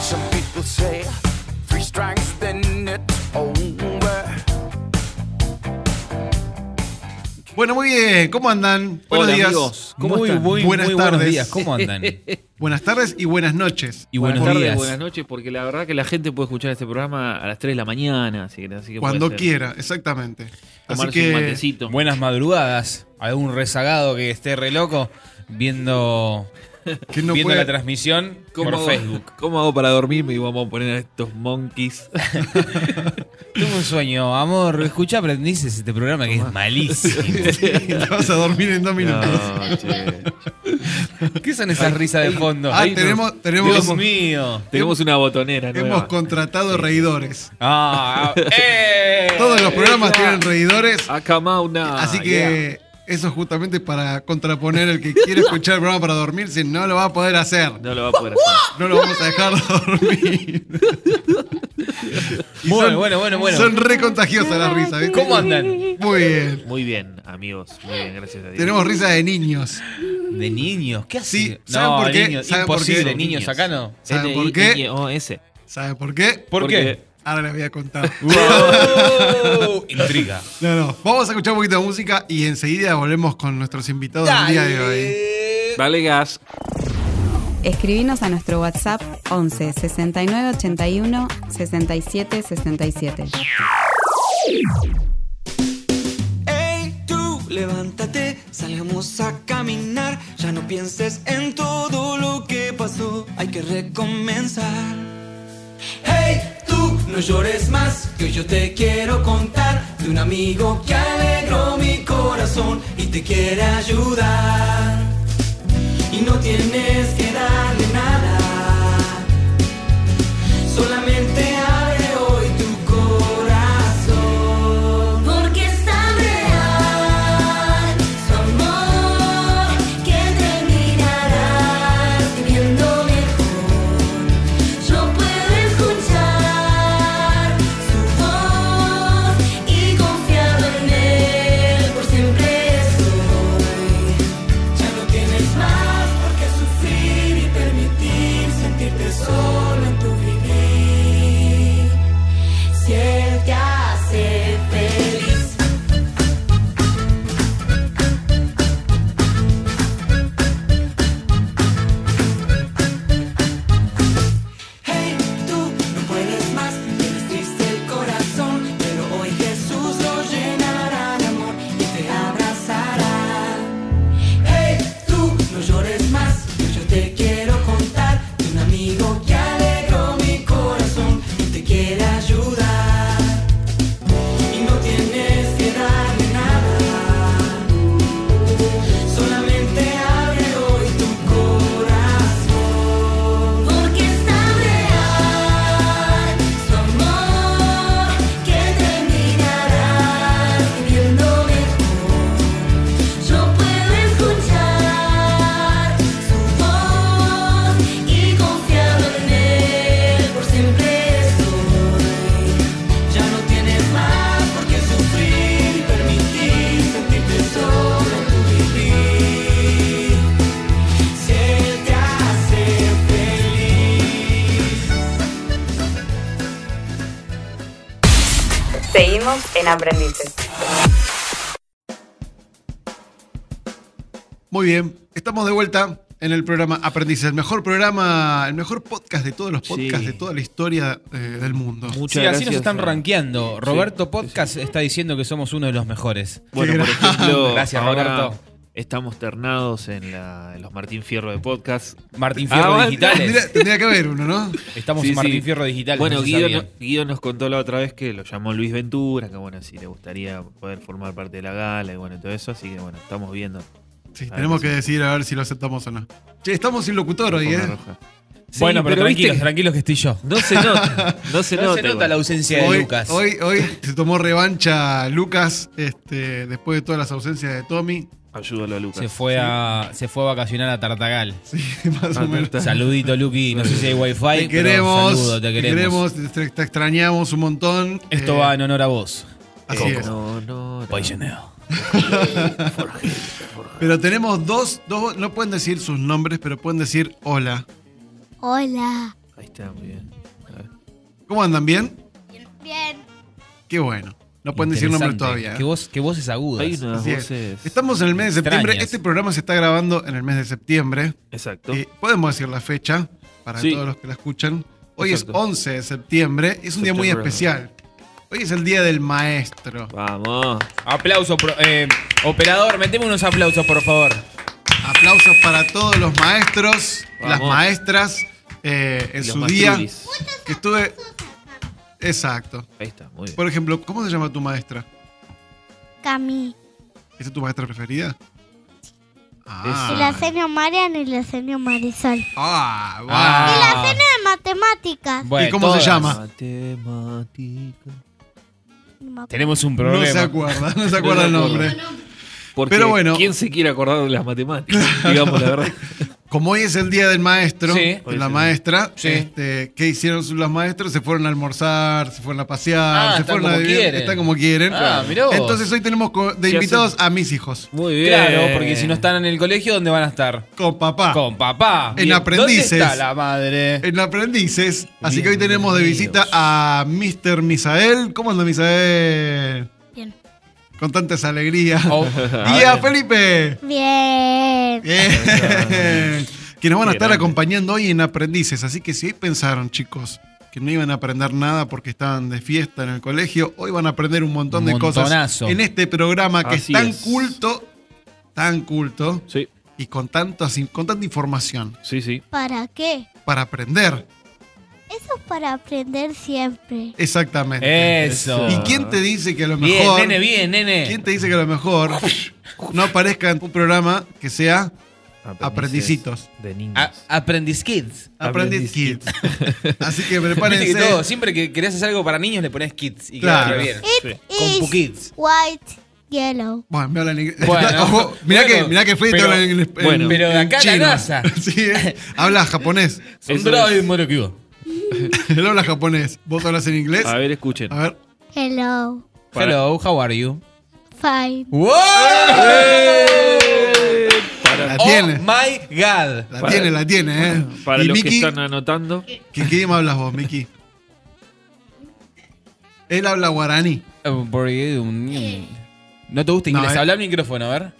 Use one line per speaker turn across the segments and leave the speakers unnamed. Some people say three strikes, then it's over.
Bueno, muy bien, ¿cómo andan? Buenos
Hola,
días.
amigos. ¿Cómo
muy,
están?
muy,
Buenas
muy
tardes.
buenos días. ¿Cómo andan? Y
Buenas tardes y buenas noches.
buenos
buenas tardes,
días.
buenas noches, porque la verdad que la gente puede escuchar este programa a las 3 de la mañana, así que, así que puede
Cuando
ser.
quiera, exactamente. Así
Tomarse un
que
matecito.
Buenas madrugadas. Algún rezagado que esté re loco viendo,
que no
viendo
puede-
la transmisión
¿Cómo
por
hago,
Facebook.
¿Cómo hago para dormirme? Y vamos a poner a estos monkeys.
Tengo un sueño, amor. Escucha aprendices este programa que es malísimo.
te vas a dormir en dos minutos.
No, che.
¿Qué son esas risas de fondo?
ah,
ahí no.
tenemos, tenemos,
Dios mío.
Tenemos una botonera
hemos
nueva.
contratado reidores.
Ah, ah, ¡eh!
Todos los programas
Esa.
tienen reidores,
Ah, Acamauna.
así que eso es justamente para contraponer el que quiere escuchar el programa para dormirse, no lo va a poder hacer.
yeah. No lo va a poder hacer.
No lo vamos a dejar dormir. Y
Bueno, bueno, bueno, bueno.
Son re contagiosas las risas, ¿viste?
¿Cómo andan?
Muy bien.
Muy bien, amigos. Muy bien, gracias a Dios.
Tenemos risas de niños.
De niños, ¿qué haces?
Sí, ¿saben por qué?
Niños,
¿Saben por qué?
imposible, niños, acá no.
¿Saben por
E.
qué?
N-I-N-O-S.
¿Saben por qué?
¿Por
Porque-
qué?
Ahora les voy a contar.
Uh.
Oh, Intriga.
No, no. Vamos a escuchar un poquito de música y enseguida volvemos con nuestros invitados del día de hoy.
Dale gas.
Escribinos a nuestro WhatsApp 11 69 81 67 67.
Hey tú, levántate, salgamos a caminar. Ya no pienses en todo lo que pasó, hay que recomenzar. Hey tú, no llores más, que hoy yo te quiero contar de un amigo que alegró mi corazón y te quiere ayudar. Y no tienes que darle nada. Solamente abre hoy tu corazón.
Porque es tan real su amor que terminarás viviendo mejor. Yo puedo escuchar su voz y confiado en él por siempre estoy.
Ya no tienes más por qué sufrir y permitir sentirte solo en tu vivir.
Si él te hace feliz.
Hey, tú no puedes más, tienes triste el corazón, pero hoy Jesús lo llenará de amor y te abrazará. Hey, tú no llores más, que yo te quiero contar de un amigo que alegró mi corazón y te quiere ayudar. Y no tienes que darle nada, solamente abre hoy tu corazón.
Porque es tan real su amor que terminarás viviendo mejor. Yo puedo escuchar su voz y confiado en él por siempre estoy.
Ya no tienes más por qué sufrir y permitir sentirte solo en tu vivir. Si él te hace feliz.
Seguimos en Aprendices.
Muy bien. Estamos de vuelta en el programa Aprendices, el mejor programa, el mejor podcast de todos los podcasts
Sí.
de toda la historia eh, del mundo.
Muchas
Sí, así
gracias.
nos están
a-
rankeando. Roberto Podcast está diciendo que somos uno de los mejores.
Bueno, por ejemplo,
Gracias,
ahora
Roberto.
estamos ternados en, la- en los Martín Fierro de podcast.
Martín Fierro
Ah, bueno.
Digitales.
Tendría, tendría que haber uno, ¿no?
Estamos
Sí,
en Martín
sí.
Fierro Digitales.
Bueno,
no se
Guido,
sabía.
no- Guido nos contó la otra vez que lo llamó Luis Ventura, que bueno, si le gustaría poder formar parte de la gala y bueno, todo eso, así que bueno, estamos viendo.
Sí,
Ah,
tenemos
sí.
que decidir a ver si lo aceptamos o no. Che, estamos sin locutor hoy,
Alfombra
¿eh?
roja.
bueno,
Sí,
pero,
viste,
tranquilos, tranquilos que estoy yo.
No se nota, no se
No
nota.
se nota
igual.
la ausencia de
hoy,
Lucas.
Hoy, hoy se tomó revancha Lucas este, después de todas las ausencias de Tommy.
Ayúdalo a Lucas.
Se fue, a, se fue a vacacionar a Tartagal.
Sí, más
Ah,
o menos.
está.
Saludito, Luqui. No sé si hay wifi,
Te
pero
queremos,
saludo,
te queremos, te, te extrañamos un montón.
Esto
Eh,
va en honor a vos.
así
Coco.
es.
No, no, no.
Paisaneo.
Pero tenemos dos, dos, no pueden decir sus nombres, pero pueden decir hola.
Hola.
Ahí está, muy bien. A ver.
¿Cómo andan? ¿Bien?
Bien.
Qué bueno. No pueden decir nombres
Interesante.
todavía. ¿eh?
Que vos, que vos es aguda.
Hay unas
Así es.
voces.
Estamos en el mes de septiembre.
Extrañas.
Este programa se está grabando en el mes de septiembre.
Exacto.
Eh, podemos decir la fecha para
Sí.
todos los que la escuchan. Hoy
Exacto.
es 11 de septiembre. Es un día muy
Septiembre.
especial. Hoy es el día del maestro.
Vamos.
Aplausos, pro- eh, operador, meteme unos aplausos, por favor.
Aplausos para todos los maestros,
Vamos.
las maestras eh, en
Los
su día.
mastrulis.
Que estuve. Exacto.
Ahí está, muy bien.
Por ejemplo, ¿cómo se llama tu maestra?
Cami.
¿Esa es tu maestra preferida?
Y
Ah,
la señora Mariana y la señora Marisol.
ah, bueno.
Ah.
La cena de matemáticas.
Bueno,
¿Y cómo se
todas.
llama?
Matemática.
Tenemos un
No se
problema.
acuerda, no se acuerda el nombre.
Porque
Pero bueno.
¿Quién se quiere acordar de las matemáticas? Digamos la verdad.
Como hoy es el día del maestro,
Sí.
de
Hoy es
la
el-
maestra,
Sí.
este, ¿qué hicieron sus- los maestros? Se fueron a almorzar, se fueron a pasear,
Ah,
se
están
fueron a
como
vivir,
quieren.
están como quieren.
Ah, mirá vos.
Entonces hoy tenemos co- de
¿Qué
invitados a mis hijos,
Muy bien.
Claro, porque si no están en el colegio, ¿dónde van a estar?
con papá,
Con papá.
Ah, En
Bien.
aprendices.
¿Dónde está la madre?
en aprendices. Así que hoy tenemos de visita
Bienvenidos.
a Mr. Misael. ¿Cómo anda Misael?
Bien.
Con tantas alegrías.
Oh,
Y a Felipe.
Bien.
Bien. que nos van a
Qué
estar
grande.
acompañando hoy en Aprendices. Así que si hoy pensaron, chicos, que no iban a aprender nada porque estaban de fiesta en el colegio, hoy van a aprender un montón de cosas
Montonazo.
en este programa que
Así
es tan
es.
culto, tan culto
Sí,
y con, tantas in- con tanta información
sí, sí.
¿Para qué?
para aprender.
Eso es para aprender siempre.
Exactamente.
Eso.
¿Y quién te dice que a lo
Ah. Bien,
mejor...
nene, bien, nene.
¿Quién te dice que a lo mejor no aparezca en un programa que sea Aprendicitos.
De niños.
A- aprendiz Kids.
Aprendiz
Aprendiz
Kids? Así que
Viste que
prepárense.
todo, siempre que querés hacer algo para niños, le pones kids. Y
Claro.
queda bien.
Sí.
Con
Is
Kids.
white, yellow.
Bueno, me hablan inglés.
Bueno.
Ojo, mirá,
Bueno,
que, mirá que fui y te
pero-
hablan en, en-
bueno,
en
pero de acá a la
chino.
NASA.
Sí, eh. habla japonés.
Eso es.
Él habla japonés. ¿Vos hablas en inglés?
A ver, escuchen.
A
Ah,
ver.
Hello.
Para-
Hello, how are you?
Fine.
¡Wow!
La
Oh
tiene.
my god.
La
Para-
tiene, la tiene, ¿eh?
Para
y
los
Miki,
que están anotando.
¿qué qué idioma hablas vos, Miki? Él habla guaraní.
Eh, porque, mm, ¿No te gusta
No,
inglés?
eh.
Habla al micrófono, a ver.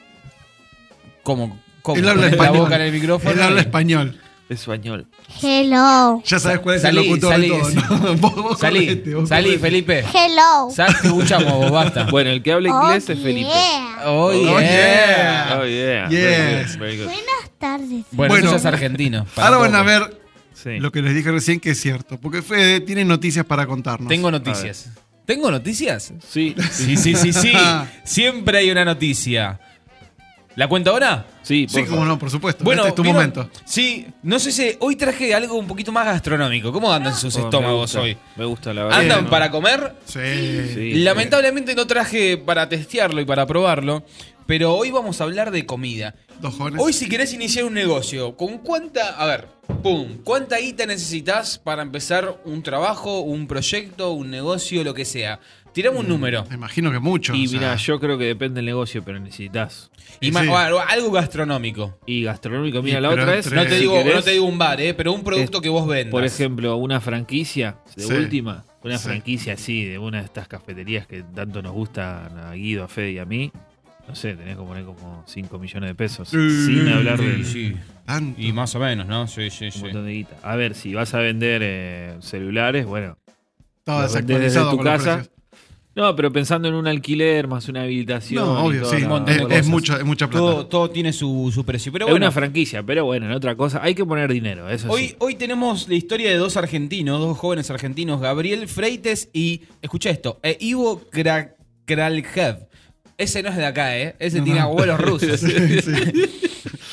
¿Cómo? ¿Cómo?
Él habla
Ponés
español.
la boca en el micrófono.
Él habla
y-
español.
Español.
Hello.
Ya sabes cuál es
Salí,
el locutor
salí,
de todo, ¿no? Vos, vos
Salí,
correte, vos
salí,
correte.
Felipe.
Hello.
Sal, te escuchamos vos, basta.
Bueno, el que habla
Oh,
inglés es Felipe.
yeah.
Oh, yeah.
Oh, yeah.
Oh, yeah.
Yes.
Very good, very good.
Buenas tardes.
Bueno,
Bueno.
eso ya es argentino. para
este. Ahora van a
poco.
ver
Sí.
lo que les dije recién que es cierto. Porque Fede tiene noticias para contarnos.
Tengo noticias. ¿Tengo noticias?
Sí,
Sí, sí, sí, sí.
Ah.
Siempre hay una noticia. ¿La cuento ahora?
sí, por
Sí, como
favor.
no, por supuesto. este es tu
¿vieron?
momento.
Sí, no sé si hoy traje algo un poquito más gastronómico. ¿Cómo
Ah.
andan sus
Oh, me
estómagos
gusta,
hoy?
Me gusta la verdad.
¿Andan
¿no?
para comer?
Sí.
Sí.
Lamentablemente no traje para testearlo y para probarlo, pero hoy vamos a hablar de comida.
Dos jóvenes.
Hoy si querés iniciar un negocio, ¿con cuánta, a ver, pum, cuánta guita necesitas para empezar un trabajo, un proyecto, un negocio, lo que sea? Tirame
Mm.
un número.
Me imagino que muchos.
Y
o sea,
ah.
mira, yo creo que depende del negocio, pero necesitas.
Y más-
sí.
o algo gastronómico.
Y gastronómico, mira,
Y
la
pero
otra es.
entre-
No te,
si
digo,
querés,
no te digo un bar, eh, pero un producto
Es-
que vos vendas.
Por ejemplo, una franquicia, de
Sí.
última, una
Sí.
franquicia así, de una de estas cafeterías que tanto nos gustan a Guido, a Fede y a mí. No sé, tenés que poner como 5 millones de pesos.
Sí.
sin hablar de
Mm, Sí, sí.
tanto.
Y más o menos, ¿no? Sí, sí,
un
sí.
montón de guita. A ver, si vas a vender eh, celulares, bueno.
Estaba
los vendés
desactualizado
desde tu
con los
casa.
precios.
No, pero pensando en un alquiler más una habilitación.
No,
y
obvio,
toda
sí.
la-
montón
Es,
de
es
cosas.
mucha, es mucha plata.
Todo, todo tiene su, su precio. Pero
es
bueno,
una franquicia, pero bueno, en otra cosa. Hay que poner dinero, eso
hoy,
sí.
hoy tenemos la historia de dos argentinos, dos jóvenes argentinos, Gabriel Freites y, escucha esto, eh, Ivo Kra- Kraljev. Ese no es de acá, ¿eh? Ese
No,
tiene
no.
abuelos rusos.
Sí, sí.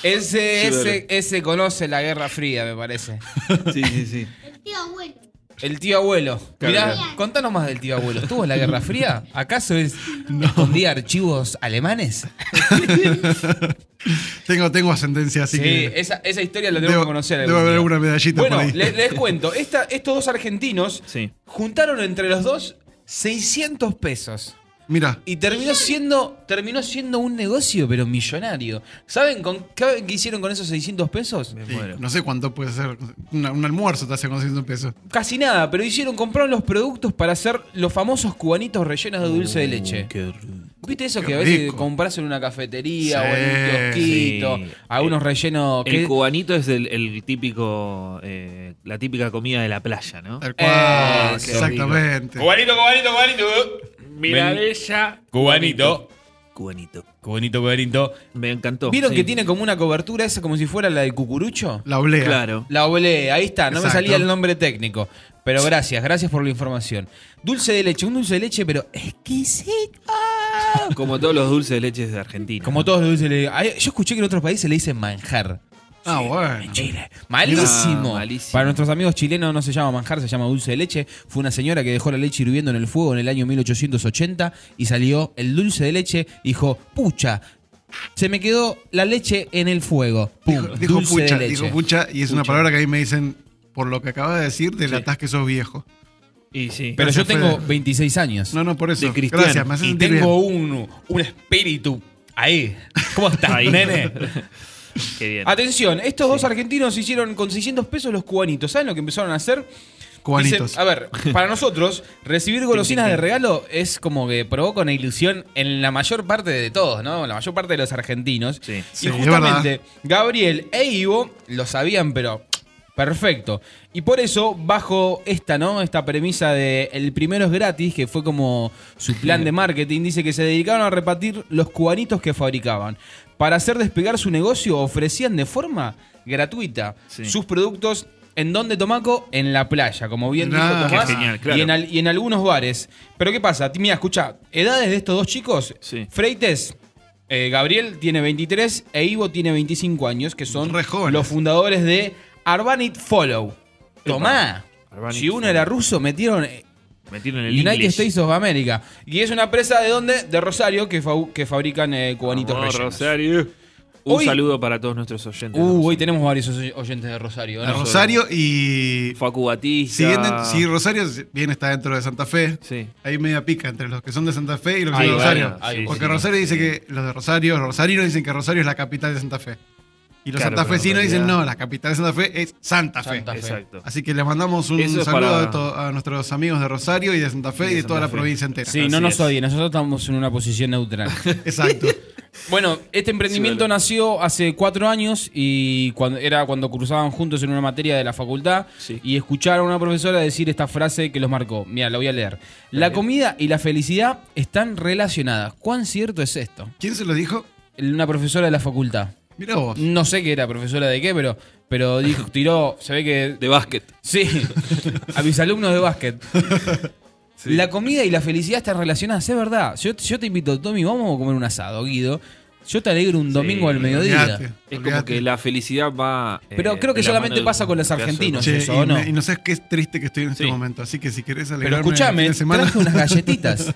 Ese,
Sí,
ese, ese conoce la Guerra Fría, me parece.
Sí, sí, sí.
Tío abuelo.
El tío abuelo. Mirá,
Claro.
contanos más del tío abuelo. ¿Estuvo en la Guerra Fría? ¿Acaso es escondía archivos alemanes?
Tengo, tengo ascendencia, así
Sí,
que.
esa, esa historia la tenemos
Debo,
que conocer.
debo
algún
haber
día.
alguna medallita
Bueno,
por ahí.
le- les cuento. Esta, estos dos argentinos
Sí.
juntaron entre los dos 600 pesos.
Mira,
Y terminó siendo, terminó siendo un negocio, pero millonario. ¿Saben, con, ¿Saben qué hicieron con esos 600 pesos?
Me
sí,
muero.
no sé cuánto puede ser. Una- un almuerzo te hace con 100 pesos.
Casi nada, pero hicieron, compraron los productos para hacer los famosos cubanitos rellenos de dulce de leche. ¿Viste eso
Qué
que a veces
rico.
compras en una cafetería o en un
Sí,
kiosquito?
sí.
Algunos rellenos que.
El cubanito es el, el típico, eh, la típica comida de la playa, ¿no?
Tal
Eh,
cual.
Eso.
exactamente.
Cubanito, cubanito, cubanito.
ella.
Cubanito.
Cubanito.
Cubanito, cubanito.
Me encantó.
¿Vieron
sí.
que tiene como una cobertura esa como si fuera la de cucurucho?
La oblea.
Claro.
La oblea, ahí está, no me
Exacto.
salía el nombre técnico. Pero gracias, gracias por la información. Dulce de leche, un dulce de leche, pero exquisito.
Como todos los dulces de leche de Argentina.
Como todos los dulces de leche. Ay, Yo escuché que en otros países le dicen manjar.
Ah,
En
bueno.
Chile.
Ah,
Malísimo.
No, malísimo.
Para nuestros amigos chilenos no se llama manjar, se llama dulce de leche. Fue una señora que dejó la leche hirviendo en el fuego en el año 1880 y salió el dulce de leche. Dijo, pucha, se me quedó la leche en el fuego. Pum,
Dijo, dijo
dulce
pucha,
de leche.
dijo pucha, y es una
Pucha.
palabra que a mí me dicen, por lo que acabas de decir,
Sí.
delatás que sos viejo.
Y sí.
Pero yo
Gracias,
tengo
Fede.
26 años.
No, no, por eso.
De cristiano.
Gracias, me hace
y
sentir
tengo
bien.
un, un espíritu ahí. ¿Cómo estás,
Ahí.
nene?
Qué bien.
Atención, estos dos argentinos hicieron con 600 pesos los cubanitos. ¿Saben lo que empezaron a hacer?
Cubanitos.
Dicen, a ver, para nosotros, recibir golosinas de regalo es como que provoca una ilusión en la mayor parte de todos, ¿no? La mayor parte de los argentinos.
Sí.
Sí,
y
es
justamente, Gabriel e Ivo lo sabían, pero perfecto. Y por eso, bajo esta, ¿no? Esta premisa de el primero es gratis, que fue como su plan de marketing, dice que se dedicaron a repartir los cubanitos que fabricaban. Para hacer despegar su negocio, ofrecían de forma gratuita
Sí.
sus productos. ¿En donde Tomaco? En la playa, como bien
Mirá.
dijo Tomás.
Qué genial, claro.
y, en al- y en algunos bares. Pero ¿qué pasa? Mira, escucha, edades de estos dos chicos,
Sí.
Freites, eh, Gabriel tiene 23 e Ivo tiene 25 años, que son
Re jóvenes.
los fundadores de Arbanit Follow. Tomá.
Arbanit
si uno
Follow.
era ruso, metieron eh,
Metieron el
United
English.
States of America. Y es una empresa de dónde? De Rosario, que, fa- que fabrican eh, cubanitos
Vamos,
rellenos.
Rosario. Un
Hoy-
saludo para todos nuestros oyentes.
Uh, hoy tenemos varios oy- oyentes de Rosario.
A
¿no?
Rosario y.
Facu Batista.
Si, bien de- si Rosario bien está dentro de Santa Fe,
Sí.
hay media pica entre los que son de Santa Fe y los que
Hay
son de Rosario.
varios, hay
Porque
varios.
Rosario dice que los de Rosario, los rosarinos dicen que Rosario es la capital de Santa Fe. Y los
Claro,
santafesinos
pero en
dicen,
realidad-
no, la capital de Santa Fe es Santa Fe.
Santa Fe.
Exacto.
Así que les mandamos un
Eso
saludo
es para-
a, to- a nuestros amigos de Rosario y de Santa Fe y
Y
de,
de
toda
Santa
la
Fe.
provincia entera.
Sí, no
Así
nos
es.
odien, nosotros estamos en una posición neutral.
Exacto.
Bueno, este emprendimiento
Sí, vale.
nació hace cuatro años y cuando, era cuando cursaban juntos en una materia de la facultad
Sí.
y escucharon a una profesora decir esta frase que los marcó. Mira, la voy a leer. La comida y la felicidad están relacionadas. ¿Cuán cierto es esto?
¿Quién se lo dijo?
Una profesora de la facultad.
Mira vos.
No sé qué era profesora de qué, pero, pero dijo, tiró, se ve que...
De básquet.
Sí, a mis alumnos de básquet. La comida y la felicidad están relacionadas, es verdad. Yo, yo te invito, Tommy, vamos a comer un asado, Guido. Yo te alegro un domingo al mediodía.
Olvidate,
Es como
olvidate.
que la felicidad va. eh,
Pero creo que
de la
solamente
mano de
pasa
un
con los
pedazo de
argentinos.
pan.
Che,
eso,
y,
¿o no?
me- y no sabes qué triste que estoy en este
Sí.
momento. Así que si querés
Pero
alegrarme el
escúchame,
fin de semana,
traje unas galletitas.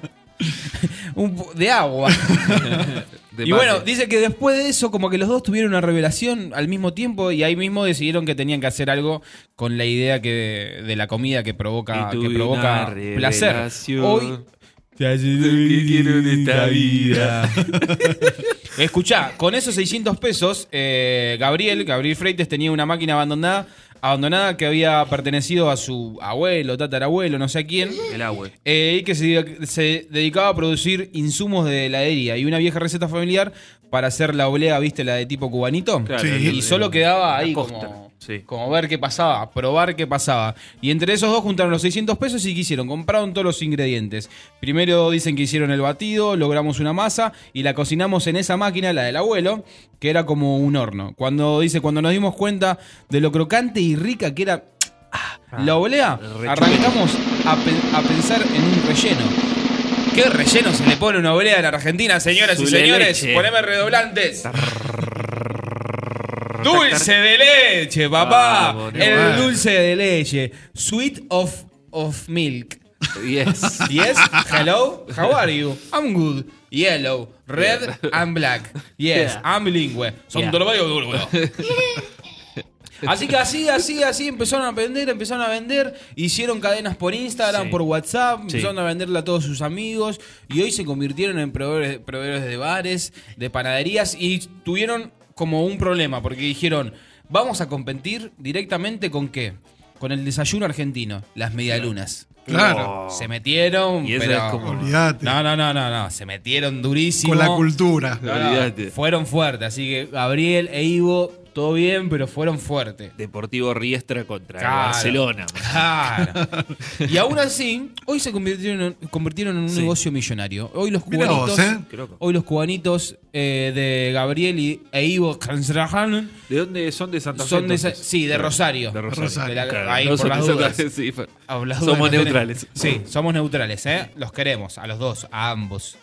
Un po- de agua.
De
y bueno,
mate.
dice que después de eso, como que los dos tuvieron una revelación al mismo tiempo y ahí mismo decidieron que tenían que hacer algo con la idea que de, la comida que provoca,
Y tuve
que provoca
una
placer.
revelación.
Hoy.
que quiero en esta vida.
Escuchá, con esos 600 pesos, eh, Gabriel, Gabriel Freites tenía una máquina abandonada, abandonada que había pertenecido a su abuelo, tatarabuelo, no sé a quién.
El agua.
Eh, y que se, se dedicaba a producir insumos de heladería y una vieja receta familiar para hacer la oblea, ¿viste? La de tipo cubanito.
Claro,
Sí.
el- el-
Y solo quedaba
la
ahí
costa.
como,
Sí.
como ver qué pasaba, probar qué pasaba. Y entre esos dos juntaron los 600 pesos y qué hicieron, compraron todos los ingredientes. Primero dicen que hicieron el batido, logramos una masa y la cocinamos en esa máquina, la del abuelo, que era como un horno. Cuando dice, cuando nos dimos cuenta de lo crocante y rica que era ah, la oblea,
rechazó.
arrancamos a, pe- a pensar en un relleno. ¿Qué relleno se le pone a una oblea de la Argentina, señoras y
Su
señores?
leche.
Poneme redoblantes. Dulce de leche, papá.
Vamos, qué
el
bueno.
dulce de leche. Sweet of of milk.
Yes.
Yes, hello, how are you? I'm good. Yellow, red and black. Yes,
Yeah.
I'm bilingüe. Son
Yeah.
drogadictos, drogadictos. Así que así, así, así empezaron a vender, empezaron a vender, hicieron cadenas por Instagram,
Sí.
por WhatsApp,
Sí.
empezaron a venderle a todos sus amigos y hoy se convirtieron en proveedores, proveedores de bares, de panaderías y tuvieron como un problema porque dijeron, vamos a competir directamente con qué? Con el desayuno argentino, las medialunas.
Claro.
Se metieron,
Y eso
pero...
es como-
Olvídate.
No, no, no, no, no, se metieron durísimo.
Con la cultura.
No, no,
Olvídate.
Fueron fuertes, así que Gabriel e Ivo, todo bien, pero fueron fuertes.
Deportivo Riestra contra el
Claro.
Barcelona.
Claro. Y aún así, hoy se convirtieron en, convirtieron en un
Sí.
negocio millonario. Hoy los
Mirá
cubanitos,
vos, ¿eh?
Qué loco.
hoy los cubanitos eh, de Gabriel y, e Ivo Kanzrahan
¿De dónde son de Santa Fe?
son de, esa-
entonces?
sí, de Rosario.
De Rosario.
Rosario.
De la-
Claro,
ahí
no
por
son
las
de
dudas.
Santa Fe, sí, fue-
Hablas
Somos
dudas, no
neutrales.
tenés- Sí, somos neutrales, ¿eh? Los queremos, a los dos, a ambos.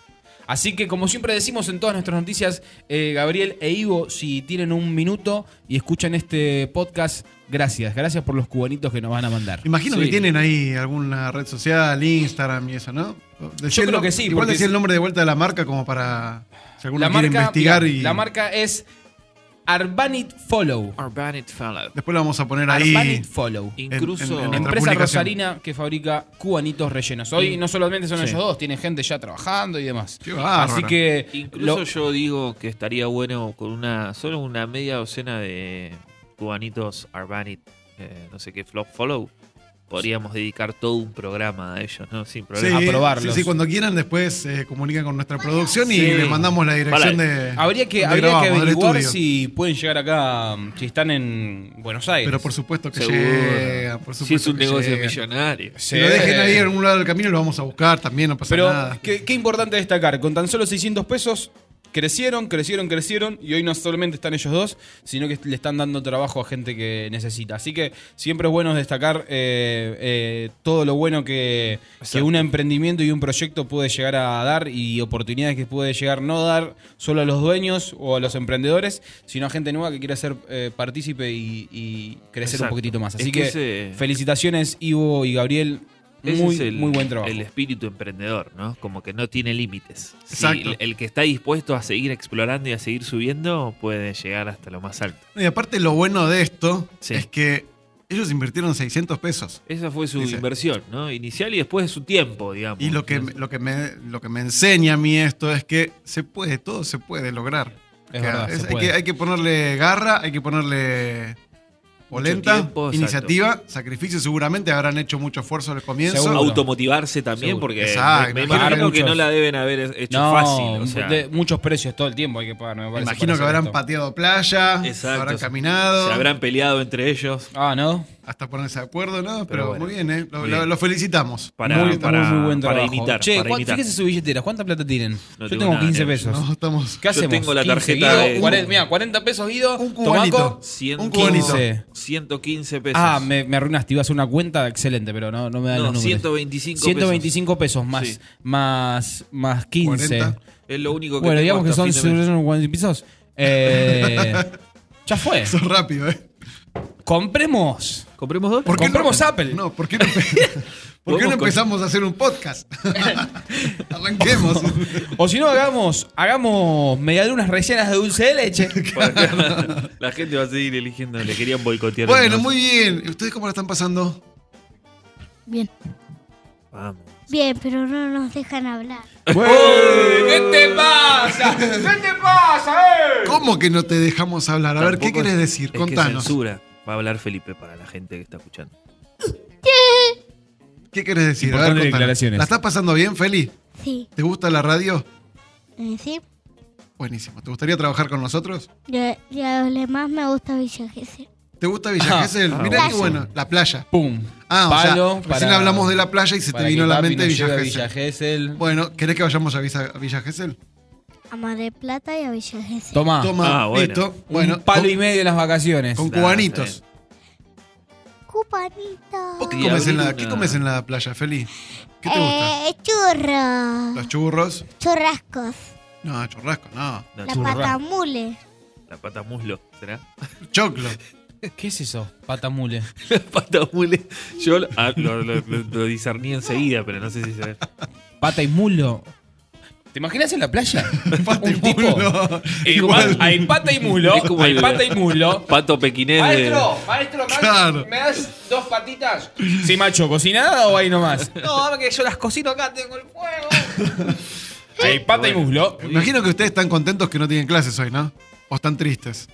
Así que, como siempre decimos en todas nuestras noticias, eh, Gabriel e Ivo, si tienen un minuto y escuchan este podcast, gracias. Gracias por los cubanitos que nos van a mandar.
Imagino que
Sí.
tienen ahí alguna red social, Instagram y eso, ¿no? Decí
Yo
el
creo
nom-
que sí,
Igual
porque
decía
es-
el nombre de vuelta de la marca como para. Si alguno
La
quiere
marca,
investigar
mirá,
y.
la marca es Arbanit Follow.
Urbanit Fellow.
Después lo vamos a poner ahí.
Arbanit Follow.
Incluso.
en- en- en-
Empresa
publicación.
rosarina que fabrica cubanitos rellenos. Hoy no solamente son
Sí.
ellos dos, tienen gente ya trabajando y demás.
Qué bárbaro.
Así que
Incluso
lo-
yo digo que estaría bueno con una solo una media docena de cubanitos Arbanit, eh, no sé qué, Flop Follow. Podríamos dedicar todo un programa a ellos, ¿no?
Sí,
Sin problema.
a probarlos.
Sí, sí, cuando quieran, después se comunican con nuestra producción y
Sí.
le mandamos la dirección
Para-
de.
Habría que,
donde
habría que
grabamos, del
averiguar
estudio.
si pueden llegar acá, si están en Buenos Aires.
Pero por
Ah,
supuesto que
Seguro.
llega. Por supuesto
Si es un
que
negocio
llega.
millonario.
Si lo dejen ahí en algún lado del camino, lo vamos a buscar también, no pasa
Pero
nada.
qué, qué importante destacar, con tan solo 600 pesos crecieron, crecieron, crecieron y hoy no solamente están ellos dos, sino que le están dando trabajo a gente que necesita. Así que siempre es bueno destacar eh, eh, todo lo bueno que, que un emprendimiento y un proyecto puede llegar a dar y oportunidades que puede llegar no dar solo a los dueños o a los emprendedores, sino a gente nueva que quiera ser eh, partícipe y, y crecer un
Exacto.
poquitito más.
Es
Así
que
que,
ese-
felicitaciones Ivo y Gabriel.
Ese
Muy,
es el-
muy buen trabajo.
El espíritu emprendedor, ¿no? Como que no tiene límites. Si
Exacto.
el, el que está dispuesto a seguir explorando y a seguir subiendo puede llegar hasta lo más alto.
Y aparte, lo bueno de esto
Sí.
es que ellos invirtieron 600 pesos.
Esa fue su
Dice-
inversión, ¿no? Inicial y después de su tiempo, digamos.
Y lo que, lo, que me, lo que me enseña a mí esto es que se puede, todo se puede lograr.
Es
Que
verdad,
es-
se
hay,
puede.
que, hay que ponerle garra, hay que ponerle polenta,
tiempo, exacto.
iniciativa, sacrificio. Seguramente habrán hecho mucho esfuerzo al comienzo.
Seguro.
automotivarse también,
Seguro.
porque
Exacto.
me, me
Pagar
imagino que
muchos.
no la deben haber hecho
No,
fácil. O sea,
de- muchos precios todo el tiempo hay que pagar, me
Me
parece, para
imagino que
hacer
habrán
esto.
pateado playa,
Exacto.
habrán caminado,
se habrán peleado entre ellos.
Ah, ¿no.
hasta ponerse de acuerdo, ¿no? Pero,
bueno.
muy bien, ¿eh? Lo,
Muy
lo-
bien.
lo felicitamos.
Para,
muy, muy,
para,
muy buen
para
trabajo.
imitar.
che,
para
¿cuán-
imitar.
fíjese su billetera, ¿cuántas plata tienen?
No
Yo
tengo
tengo
nada,
15
nene.
pesos.
No, estamos...
¿Qué
Yo
hacemos?
tengo la
15
tarjeta
Guido,
de-
40, mira, 40 pesos, Guido.
Un cubanito.
Tomaco.
Cien-
Un cubanito.
15.
115 pesos.
Ah, me, me arruinaste, iba a hacer una cuenta excelente, pero no, no me dan
No,
los números.
125
125 pesos, más,
Sí.
más, más 15.
40.
Es lo único que
Bueno,
tengo
digamos que
hasta
son
fin de mes.
40 pesos. Eh, ya fue.
Eso es rápido, ¿eh?
Compremos.
¿Compremos dos?
¿Por qué no-
Compremos Apple.
No, ¿por qué no, ¿por qué no
Podemos con-
empezamos a hacer un podcast? Arranquemos.
O si no, hagamos, hagamos medialunas rellenas de dulce de leche.
La gente va a seguir eligiendo. Le querían boicotear.
bueno,
entonces.
muy bien. ¿Y ¿Ustedes cómo la están pasando?
Bien.
Vamos.
Bien, pero no nos dejan hablar.
¿Qué te pasa? ¿Qué te pasa, eh?
¿Cómo que no te dejamos hablar? A ver, ¿qué
Tampoco
quieres
es-
decir?
es que
Contanos.
censura. Va a hablar Felipe para la gente que está escuchando.
¿Qué quieres decir? A ver,
Importantes
contanos.
declaraciones.
¿La estás pasando bien, Feli?
Sí.
¿Te gusta la radio?
Eh, Sí.
Buenísimo. ¿Te gustaría trabajar con nosotros?
Ya ya lo demás me gusta Villa Gesell.
¿Te gusta Villa
Ah,
Gesell?
ah,
Mirá qué
bueno.
bueno. La playa.
Pum.
Ah,
Palo
o sea, recién hablamos de la playa y se te
para
vino a
que
la
papi
mente
nos
Villa
lleve a
Gesell.
Villa Gesell.
Bueno, ¿querés que vayamos a Villa, a Villa Gesell?
A Mar del Plata y a Villa Gesell.
Tomá.
Toma,
ah, bueno.
listo.
Bueno,
Bueno,
un palo
con,
y medio en las vacaciones.
con
Nah,
cubanitos.
está
Cupanito.
¿Vos qué
Y
comes,
abrir
en la,
una-
¿Qué comes en la playa, Feli? ¿Qué te gusta?
Eh, churros.
¿Los churros?
Churrascos.
No, churrasco, no.
No,
La
churra-
patamule.
la pata muslo, ¿será?
Choclo.
¿Qué es eso? Patamule.
Pata mule. Yo lo, ah, lo- lo- lo- lo discerní enseguida, pero no sé si se ve.
Pata y mulo. ¿Te imaginas en la playa?
Pata y
Un tipo-
mulo.
Igual, hay pata y mulo.
Es como
Hay
el-
pata y mulo.
Pato pequinés de-
Maestro, maestro, ¿me,
Claro.
me das dos patitas? Sí, macho, ¿cocinada o ahí nomás? No, dame que yo las cocino acá, tengo el fuego. Hay pata y muslo.
Imagino que ustedes están contentos que no tienen clases hoy, ¿no? O están tristes.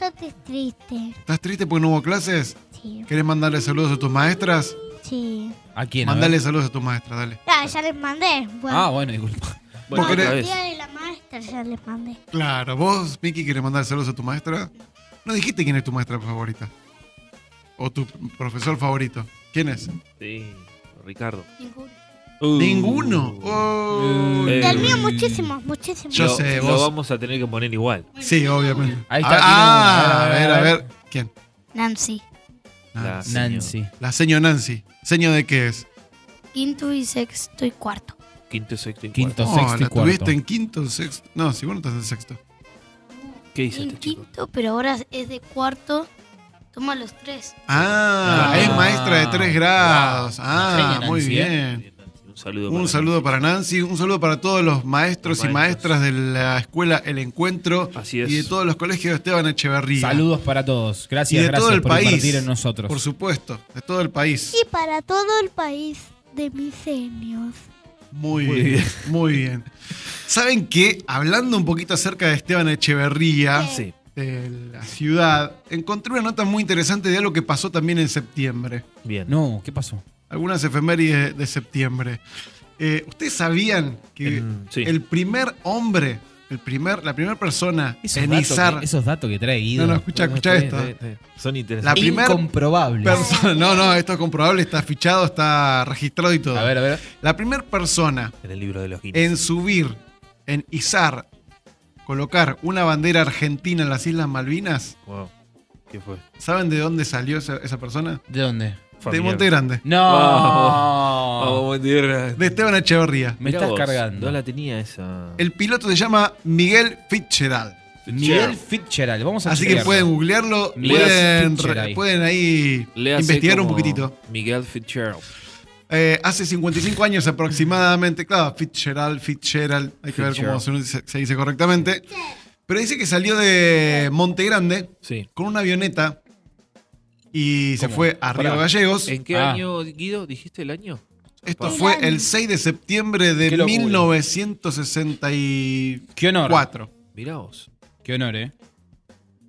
Yo estoy triste.
¿Estás triste porque no hubo clases?
Sí,
¿Querés mandarle saludos a tus maestras?
sí.
¿A quién? a ver?
Mandale saludos a tus maestras, dale.
Ya, ya les mandé.
Ah,
Bueno,
bueno, disculpa.
Bueno,
¿Vos
otra
querés-
el
vez.
día de la maestra ya les mandé.
Claro, vos, Miki, querés mandar saludos a tu maestra. No dijiste quién es tu maestra favorita. O tu profesor favorito. ¿Quién es?
Sí, Ricardo.
Uh. Ninguno. Oh.
Eh,
Del mío muchísimos, muchísimos.
Yo
lo-
sé,
lo
vos-
vamos a tener que poner igual.
Sí, obviamente.
Ahí está,
Ah,
tiene
a
una.
ver, a ver. ¿Quién?
Nancy.
La-
Nancy.
Nancy.
La seño Nancy. ¿Seño de qué es?
Quinto y sexto y cuarto.
Quinto, sexto y
Quinto,
cuarto.
Oh,
sexto y
la
cuarto.
tuviste en quinto, sexto. No, si vos no estás en sexto.
¿Qué dice
En
este chico?
quinto, pero ahora es de cuarto. Toma los tres.
Ah,
Ah.
es maestra de tres grados. Ah,
Seño
muy
Nancy,
bien.
Un saludo.
Un
para
saludo para Nancy, un saludo para todos los maestros
Los
y
maestros.
maestras de la escuela El Encuentro
Así es.
y de todos los colegios de Esteban Echeverría.
Saludos para todos.
y
Gracias,
de
gracias
todo el
por
país.
invertir en nosotros.
Por supuesto, de todo el país.
Y para todo el país de misenios.
Muy,
Muy
bien,
bien.
muy bien. ¿Saben que Hablando un poquito acerca de Esteban Echeverría,
Sí.
de la ciudad, encontré una nota muy interesante de algo que pasó también en septiembre.
Bien.
No, ¿qué pasó?
Algunas efemérides de, de septiembre. Eh, ¿Ustedes sabían que
En- sí.
el primer hombre, el primer, la primera persona
Esos,
en
datos,
izar...
que, esos datos que trae Guido.
No, no, escucha,
Bueno,
escucha
está
esto.
bien, está bien, está bien. Son
La
interesantes.
primera
Incomprobables.
persona, no, no, esto es comprobable, está fichado, está registrado y todo.
A ver, a ver.
La primera persona
En el libro de los Guinness.
en subir, en izar, colocar una bandera argentina en las Islas Malvinas,
Wow. ¿Qué fue?
¿saben de dónde salió esa, esa persona?
¿De dónde?
De
Familiar. Ah,
Monte Grande,
No.
Ah.
Vamos, Monte Grande.
de Esteban Echeverría.
Me
Mirá
estás
vos,
cargando.
No la tenía esa.
El piloto se llama Miguel Fitzgerald.
Miguel Fitzgerald. Vamos a
Así que
chequearlo.
pueden googlearlo,
Miguel
pueden,
Fitzgerald
re-
ahí.
pueden ahí
Le hace
investigar un
como
poquitito.
Miguel Fitzgerald.
Eh, hace 55 años aproximadamente, claro, Fitzgerald, Fitzgerald, hay que ver cómo
Fitzgerald.
se, dice- se dice correctamente. Pero dice que salió de Monte Grande
Sí.
con una avioneta y se
¿Cómo?
fue a Río
Pará.
Gallegos.
¿En qué
Ah.
año, Guido? ¿Dijiste el año?
Esto
El
fue
año.
el 6 de septiembre de
Qué locura.
1964.
Qué honor.
Mirá vos.
Qué honor, eh.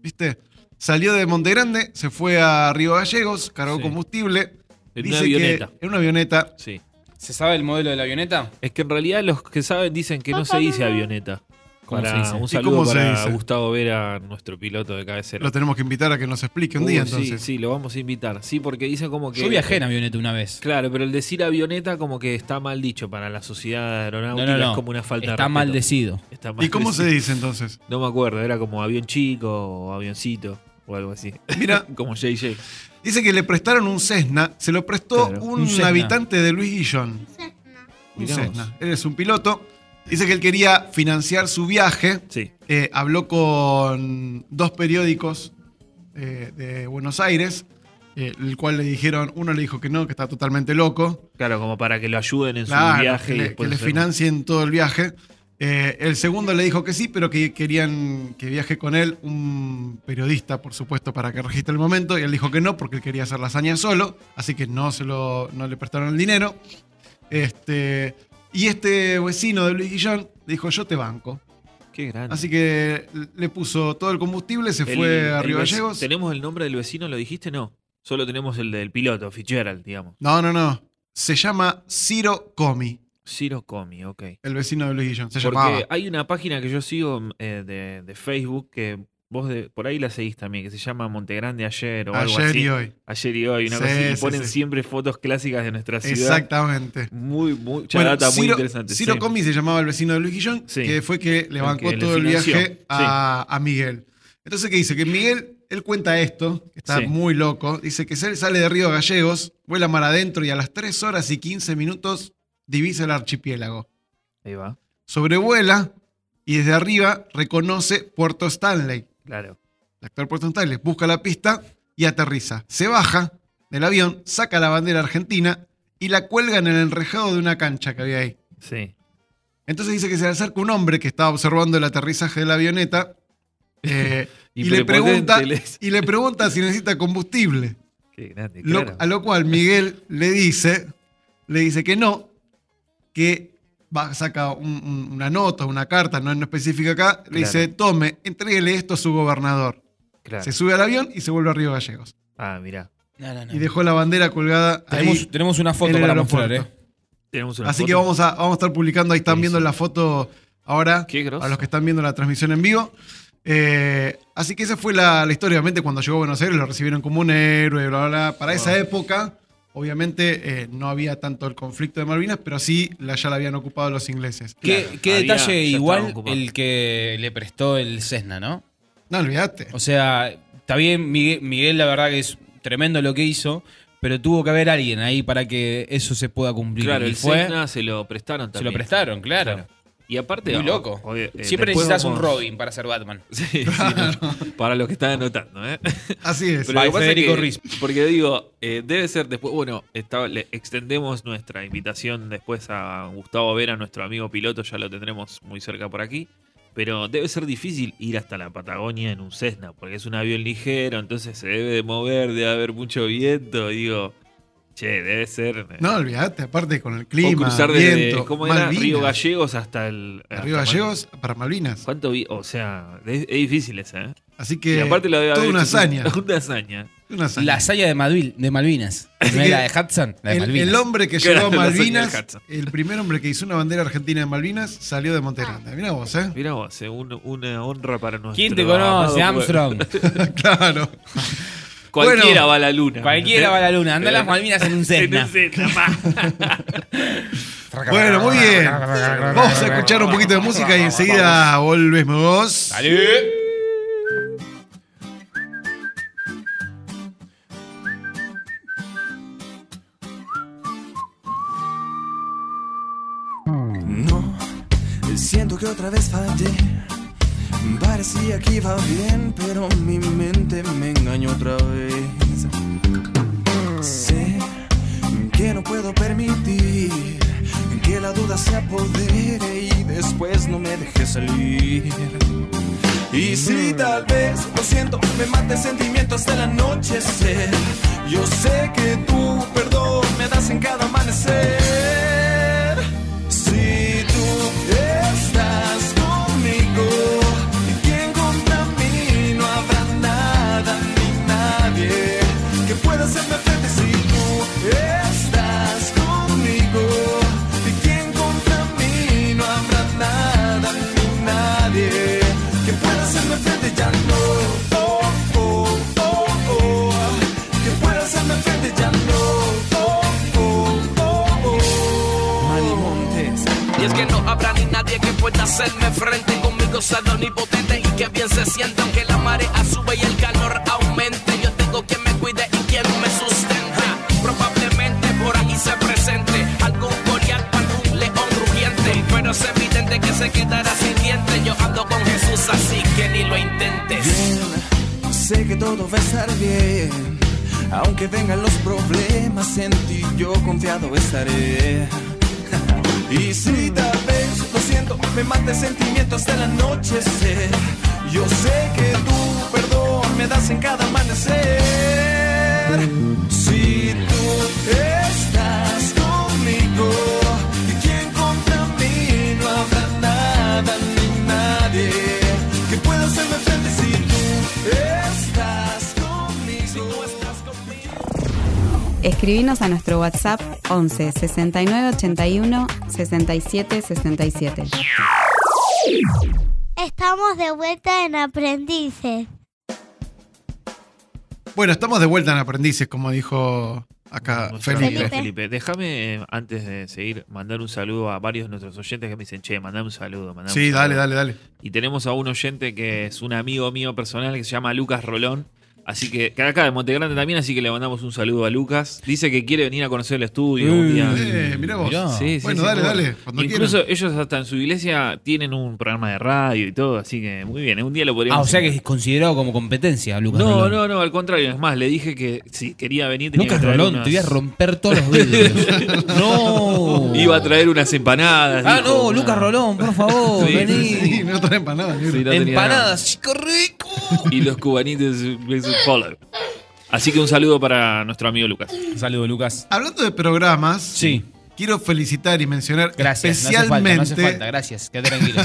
¿Viste? Salió de Monte Grande, se fue a Río Gallegos, cargó
Sí.
combustible.
En
dice
una avioneta.
Que, en una avioneta.
Sí.
¿Se sabe el modelo de la avioneta?
Es que en realidad los que saben dicen que no se dice avioneta.
¿Cómo
Para-
se dice?
¿Y
Un
cómo
saludo
se
para
dice?
Gustavo Vera, nuestro piloto de cabecera.
Lo tenemos que invitar a que nos explique un día
Uy, sí,
entonces.
Sí, lo vamos a invitar. Sí, porque dice como que.
Yo viajé en avioneta una vez.
Claro, pero el decir avioneta como que está mal dicho para la sociedad aeronáutica.
No, no, no.
Es como una falta de
Está mal
respeto.
decido.
Está mal
¿Y cómo se
decido.
dice entonces?
No me acuerdo, era como avión chico o avioncito o algo así.
Mira,
como JJ.
dice que le prestaron un Cessna, se lo prestó
Claro,
un,
un Cessna.
habitante de Luis Guillón. Un
Mirá vos.
Cessna. Él es un piloto. Dice que él quería financiar su viaje.
Sí.
Eh, habló con dos periódicos eh, de Buenos Aires, eh, el cual le dijeron, uno le dijo que no, que está totalmente loco.
Claro, como para que lo ayuden en
Claro,
su viaje.
que
y
le,
después
que le
hacer-
financien todo el viaje. Eh, el segundo le dijo que sí, pero que querían que viaje con él un periodista, por supuesto, para que registre el momento. Y él dijo que no, porque él quería hacer la hazaña solo, así que no, se lo, no le prestaron el dinero. Este, y este vecino de Luis Guillón dijo, yo te banco.
Qué grande.
Así que le puso todo el combustible, se
El-
fue a
el
Río
vec-
Gallegos.
¿Tenemos el nombre del vecino? ¿Lo dijiste? No. Solo tenemos el del piloto, Fitzgerald, digamos.
No, no, no. Se llama Ciro Comi,
Ciro Comi, ok.
el vecino de Luis Guillón. Se
Porque
llamaba.
hay una página que yo sigo eh, de, de Facebook que vos de, por ahí la seguís también, que se llama Montegrande Ayer o algo
Ayer
así.
y hoy.
Ayer y hoy, una
Sí,
cosa así, y
sí,
ponen
sí.
siempre fotos clásicas de nuestra ciudad.
Exactamente.
Muy, muy, mucha
Bueno,
data muy
Ciro-
interesante.
Ciro
sí.
Comi se llamaba el vecino de Luis Guillón,
Sí.
que fue que le
El
bancó
que le
todo el
financió.
viaje a, a Miguel. Entonces, ¿qué dice? Que Miguel, él cuenta esto, que está
Sí.
muy loco. Dice que él sale de Río Gallegos, vuela mar adentro y a las 3 horas y 15 minutos divisa el archipiélago.
Ahí va,
Sobrevuela y desde arriba reconoce Puerto Stanley,
claro.
el actual Puerto Stanley. Busca la pista y aterriza. Se baja del avión, saca la bandera argentina y la cuelga en el enrejado de una cancha que había ahí.
Sí.
Entonces dice que se le acerca un hombre que estaba observando el aterrizaje de la avioneta eh, y, le pregunta,
Hiperpotente, les-
y le pregunta si necesita combustible.
Qué grande,
Lo-
claro.
a lo cual Miguel le dice, le dice que no, que va, saca un- un- una nota, una carta, no, no específica acá, le
Claro.
dice, tome, entréguele esto a su gobernador.
Claro.
Se sube al avión y se vuelve a Río Gallegos.
Ah, mirá.
No, no, no.
Y dejó la bandera colgada
tenemos,
ahí.
tenemos una
en
foto
el
para
aeropuerto.
mostrar, ¿eh?
Tenemos una
Así
foto.
que vamos a, vamos a estar publicando, ahí están viendo la foto ahora,
Qué groso.
a los que están viendo la transmisión en vivo. Eh, así que esa fue la, la historia, obviamente cuando llegó a Buenos Aires lo recibieron como un héroe, bla, bla, bla. Para esa época, obviamente eh, no había tanto el conflicto de Malvinas, pero sí la, ya la habían ocupado los ingleses.
Qué,
Claro,
qué
había-
detalle
ya estaba
igual
ocupado.
el que le prestó el Cessna, ¿no?
No, olvídate.
O sea, está bien, Miguel, Miguel, la verdad que es tremendo lo que hizo, pero tuvo que haber alguien ahí para que eso se pueda cumplir.
Claro,
y
el
fue,
Cessna se lo prestaron
se
también.
lo prestaron, claro.
Y aparte.
Muy
o-
loco.
obvio, eh,
Siempre
después
necesitas
vamos-
un Robin para ser Batman.
Sí, sí, no, para los que están anotando, ¿eh?
Así es.
Pero
By
lo que pasa es
Federico
que-
Riz.
Porque digo, eh, debe ser después. Bueno, está- le extendemos nuestra invitación después a Gustavo Vera, nuestro amigo piloto, ya lo tendremos muy cerca por aquí. Pero debe ser difícil ir hasta la Patagonia en un Cessna, porque es un avión ligero, entonces se debe de mover, debe haber mucho viento. Digo, che, debe ser. eh,
No, olvídate, aparte con el
o
clima,
cruzar desde,
viento,
¿cómo era?
Malvinas.
Río Gallegos hasta el.
De Río
hasta
Gallegos para Malvinas.
¿Cuánto vi? O sea, es, es difícil esa, ¿eh?
Así
Y
que
aparte lo debe
toda
haber
una
hecho-
hazaña.
Una hazaña.
una hazaña.
La saya de, Madvil- de Malvinas.
Así
No
que
es la de Hudson, la de
El,
Malvinas.
el hombre que llegó a
Claro, la hazaña del
Malvinas,
Hudson.
el primer hombre que hizo una bandera argentina en Malvinas, salió de
Ah.
Monterrey. Mira vos, ¿eh?
Mira vos, eh, un- una honra para nosotros.
¿Quién te conoce? Armstrong.
pues.
claro.
Cualquiera
Bueno,
va a la luna.
Cualquiera va a la luna. Anda a las
Eh,
Malvinas en un
En
Cessna.
un Cessna, pa.
Bueno, muy bien. Vamos a escuchar un poquito de música y enseguida volvemos.
Dale.
No, siento que otra vez fallé. Parecía que iba bien, pero mi mente me engañó otra vez. Sé que no puedo permitir que la duda se apodere y después no me deje salir. Y si tal vez, lo siento, me mate el sentimiento hasta el anochecer. Yo sé que tú perdón me das en cada amanecer. Si tú estás conmigo, quien contra mí no habrá nada ni nadie que pueda hacerme frente. Si tú estás conmigo, quien contra mí no habrá nada ni nadie que pueda hacerme frente. Ya no, oh, oh, oh, oh, que pueda hacerme frente. Ya no, oh, oh, oh, oh.
Y es que no habrá ni nadie que pueda hacerme frente conmigo ser omnipotente y que bien se sienta aunque la marea sube y el calor aumente. Yo tengo quien me cuide y quien me sustenta. Probablemente por ahí se presente algún coreano, algún león rugiente, pero es evidente que se quedará sin dientes. Yo ando con Jesús así que ni lo intentes.
bien. Sé que todo va a estar bien. Aunque vengan los problemas, en ti yo confiado estaré. Y si tal vez, lo siento, me mate el sentimiento hasta el anochecer. Yo sé que tu perdón me das en cada amanecer. Si tú estás conmigo, quien contra mí no habrá nada ni nadie que pueda hacerme frente si tú estás conmigo. Si tú estás conmigo.
Escribinos a nuestro WhatsApp 11 69 81 67 67.
Estamos de vuelta en Aprendices.
Bueno, estamos de vuelta en Aprendices, como dijo acá
Nuestro amigo
Felipe.
Felipe.
Felipe, déjame eh, antes de seguir mandar un saludo a varios de nuestros oyentes que me dicen, che, mandame un saludo. mandame un
Sí,
saludo".
dale, dale, dale.
Y tenemos a un oyente que es un amigo mío personal que se llama Lucas Rolón, Así que, que acá de Monte Grande también, así que le mandamos un saludo a Lucas. Dice que quiere venir a conocer el estudio un día.
Eh, mirá vos.
Mm. Mirá.
Sí, sí,
bueno,
sí,
dale,
todo.
dale. Cuando
Incluso
quieras.
ellos hasta en su iglesia tienen un programa de radio y todo, así que muy bien, ¿eh? un día lo podríamos
Ah, o sea que
hacer.
es considerado como competencia, Lucas.
No,
Rolón.
no, no, al contrario, es más, le dije que si quería venir tenía
Lucas
que traer
Rolón,
unas-
te voy a romper todos los vidrios. no.
Iba a traer unas empanadas.
Ah,
dijo,
no,
una-
Lucas Rolón, por favor,
Sí,
vení.
Sí, no traen para nada.
Sí, no tenía
Empanadas, chico rico.
nada. Y los cubanitos les follow. Así que un saludo para nuestro amigo Lucas.
Un saludo, Lucas.
Hablando de programas,
Sí.
quiero felicitar y mencionar
Gracias, no hace
especialmente,
falta, no hace falta, gracias, quédate tranquilo.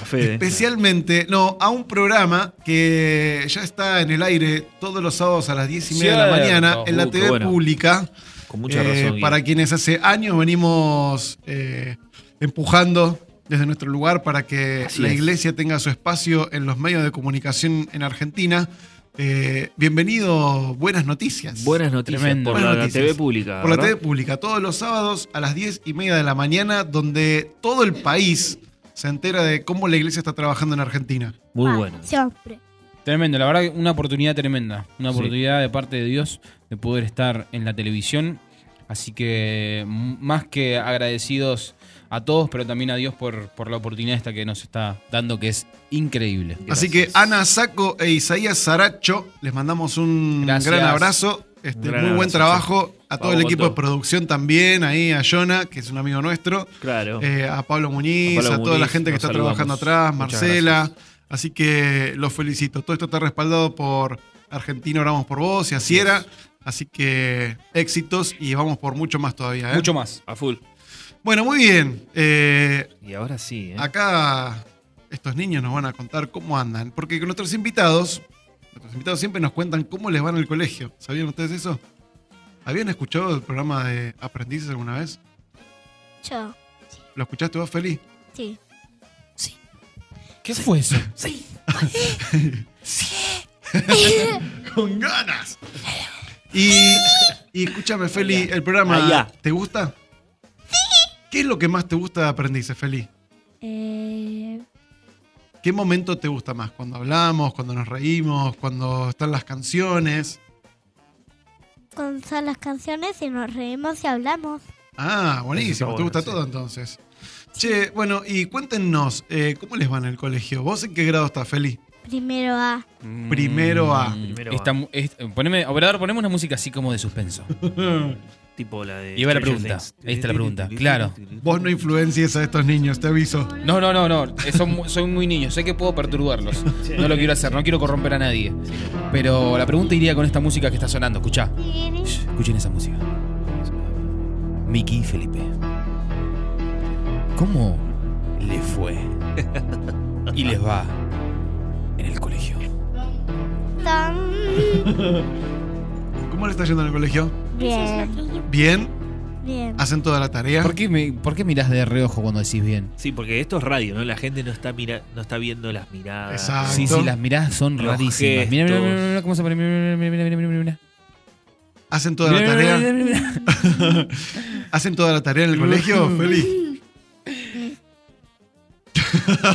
A
Este,
Fede.
especialmente, no, a un programa que ya está en el aire todos los sábados a las 10 y media de la
Cierto.
mañana en la
Uh, qué
TV
bueno.
pública.
Con mucha
Eh,
razón. Guido.
Para quienes hace años venimos eh, empujando desde nuestro lugar para que
Así
la
es.
iglesia tenga su espacio en los medios de comunicación en Argentina. Eh, bienvenido, buenas noticias.
Buenas noticias
Tremendo.
por
Buenas
la
noticias.
TV pública.
Por la
¿verdad?
TV pública, todos los sábados a las 10 y media de la mañana, donde todo el país se entera de cómo la iglesia está trabajando en Argentina.
Muy
Ah,
bueno.
Siempre.
Tremendo, la verdad que una oportunidad tremenda. Una
Sí.
oportunidad de parte de Dios de poder estar en la televisión. Así que m- más que agradecidos a todos, pero también a Dios por, por la oportunidad esta que nos está dando, que es increíble.
Así que Ana Saco e Isaías Saracho, les mandamos un
Gracias.
gran abrazo. Este,
Un gran
muy buen
abrazo,
trabajo a todo
Vamos
el
con
equipo
todo.
de producción también, ahí a Jonah, que es un amigo nuestro,
Claro.
eh, a Pablo Muñiz, a,
A Pablo
toda la
Muñiz,
gente que
nos
está
saludamos.
trabajando atrás,
Muchas
Marcela.
gracias.
Así que los felicito. Todo esto está respaldado por Argentina Oramos por Vos y así era. Así que éxitos y vamos por mucho más todavía. ¿eh?
Mucho más.
a full.
Bueno, muy bien. Eh,
Y ahora sí, ¿eh?
Acá estos niños nos van a contar cómo andan, porque con nuestros invitados, nuestros invitados siempre nos cuentan cómo les van al colegio. ¿Sabían ustedes eso? ¿Habían escuchado el programa de Aprendices alguna vez?
Yo,
¿Lo escuchaste vos, Feli?
sí.
¿Qué fue eso?
¡Con ganas! Y, y escúchame, Feli, el programa
Allá.
¿te gusta? Sí. ¿Qué es lo que más te gusta de Aprendices, Feli?
Eh,
¿Qué momento te gusta más? ¿Cuando hablamos? ¿Cuando nos reímos? ¿Cuando están las canciones?
con son las canciones y nos reímos y hablamos.
Ah,
Eso
buenísimo,
está
te gusta
bueno, sí.
todo entonces. Che, bueno, y cuéntenos, eh, ¿cómo les va en el colegio? ¿Vos en qué grado estás, Feli?
Primero A.
Primero A.
Mm. Primero
Esta
A.
mu- es- poneme, operador, ponemos una música así como de suspenso.
tipo la de.
Y va la
Stranger
pregunta.
Things.
Ahí está la pregunta, claro.
Vos no influencies a estos niños, te aviso.
No, no, no, no. eh, Son, mu- soy muy niño. Sé que puedo perturbarlos. No lo quiero hacer. No quiero corromper a nadie. Pero la pregunta iría con esta música que está sonando. Escuchá. Shh, Escuchen esa música. Miki y Felipe. ¿Cómo le fue? Y les va en el colegio.
Tan
¿Cómo le está yendo en el colegio?
bien.
Bien,
Bien.
hacen toda la tarea.
¿Por qué, me, ¿Por qué mirás de reojo cuando decís bien?
Sí, porque esto es radio, ¿no? La gente no está, mira, no está viendo las miradas.
Exacto.
Sí, sí, las miradas son
Los
rarísimas. Mirá, mirá,
gestos.
mirá, mirá cómo se pone. Mirá, mirá, mirá, mirá, mirá, mirá.
Hacen toda la
Mirá, mirá,
tarea.
mirá, mirá, mirá.
Hacen toda la tarea en
Mm.
el colegio, Feli.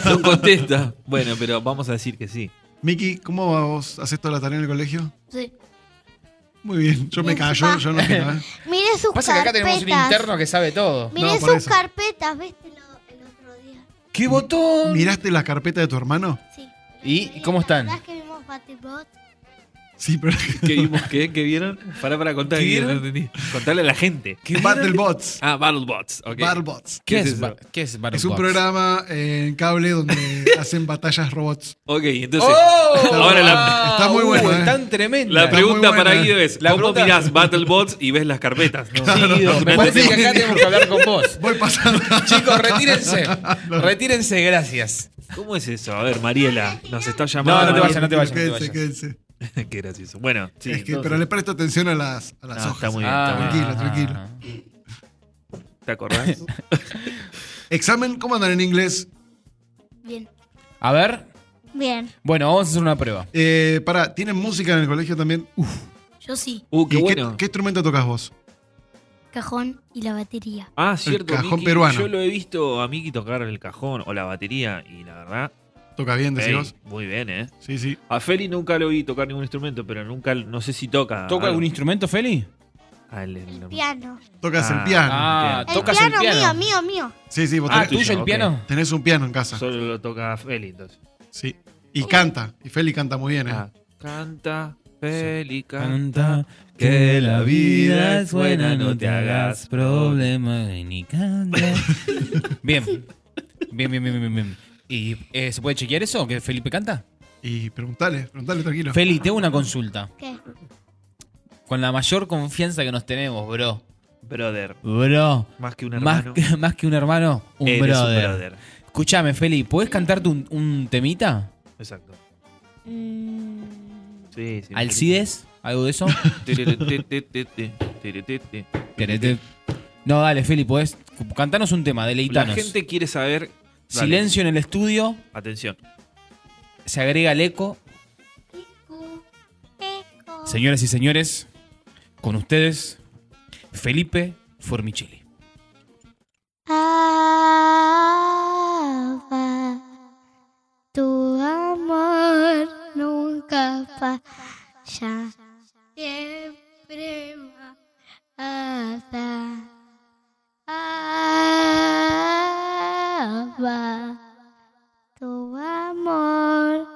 No contesta. Bueno, pero vamos a decir que sí.
Miki, ¿cómo va vos? ¿Haces toda la tarea en el colegio?
Sí.
Muy bien, yo me callo, yo no opino, ¿eh?
Mire sus
Pasa que acá tenemos un
carpetas.
interno que sabe todo.
Mire
No, por
sus
eso.
carpetas, ¿viste lo- el otro día?
¿Qué botón?
¿Miraste la carpeta de tu hermano?
Sí.
¿Y cómo están?
¿Verdad que vimos Batibot?
Sí, pero...
¿Qué vimos? ¿Qué, ¿Qué vieron? Para, para contar.
¿Qué
que
vieron?
no entendí. Contarle a la gente.
Battlebots.
Ah, Battlebots. ok.
Battlebots.
¿Qué,
¿Qué
es,
es
ba-
eso?
¿Qué es Battle
Es un
Box?
programa eh, en cable donde hacen batallas robots.
ok, entonces.
¡Oh!
Ahora la-
Ah,
Está muy bueno, eh.
Están tremendas.
La pregunta
muy buena.
para Guido es:
La
¿Cómo
pregunta-
mirás Battlebots y ves las carpetas? No.
Sí, Guido, me
no
parece que acá
entendí.
tenemos que hablar con vos.
Voy pasando.
Chicos, retírense. Retírense, gracias.
¿Cómo es eso? A ver, Mariela, nos está
No,
llamando.
no te vayas,
Mariela.
no te vayas. no te
Quédense,
vayas.
quédense.
Qué gracioso. Bueno, sí.
Es que-
entonces-
pero le presto atención a las, a las
Ah,
hojas.
está muy bien, está muy bien.
Tranquilo, tranquilo.
¿Te acordás?
Examen, ¿cómo andan en inglés?
Bien.
A ver,
Bien.
bueno, vamos a hacer una prueba.
Eh, pará, ¿tienen música en el colegio también? Uf,
Yo sí.
Uh, qué
¿y
bueno.
qué, qué instrumento tocas vos?
Cajón y la batería.
Ah, cierto.
cajón
Miki,
peruano.
Yo lo he visto a Miki tocar el cajón o la batería y la verdad.
Toca bien, decís
Ey,
vos.
muy bien, ¿eh?
Sí, sí.
A Feli nunca lo vi tocar ningún instrumento, pero nunca, no sé si toca.
¿Toca
algo. Ah,
algún instrumento, Feli?
Al-
El piano.
Tocas el
Ah.
piano.
Ah,
El
tocas
piano,
el piano.
mío, mío, mío.
Sí, sí, vos
Ah,
tenés,
¿tuyo el
ok.
piano?
tenés un piano en casa.
Solo lo toca Feli, entonces.
Sí. Y canta. Y Feli canta muy bien, ¿eh?
Ah, Canta, Feli,
Canta
canta. que la vida es buena, no te hagas
problema ni canta. Bien. Bien, bien, bien, bien, bien. ¿Y eh, se puede chequear eso? ¿Que Felipe canta?
Y preguntale, preguntale tranquilo.
Feli, tengo una consulta.
¿Qué?
Con la mayor confianza que nos tenemos, bro.
Brother.
Bro.
Más que un
Más
hermano.
que, más que un hermano, un
eres
brother.
un brother.
Escúchame, Feli, ¿puedes cantarte un, un temita?
Exacto.
Mm,
Sí, sí.
¿Alcides? ¿Algo de eso?
Tirititititi, tirititi.
no, dale, Feli, ¿podés? Cantanos un tema,
La
deleitanos.
gente quiere saber. dale,
Silencio en el estudio,
Atención.
se agrega el eco.
cu, eco.
Señoras y señores, con ustedes, Felipe Formicheli.
Abba, tu amor nunca falla, siempre mata. Abba, tu amor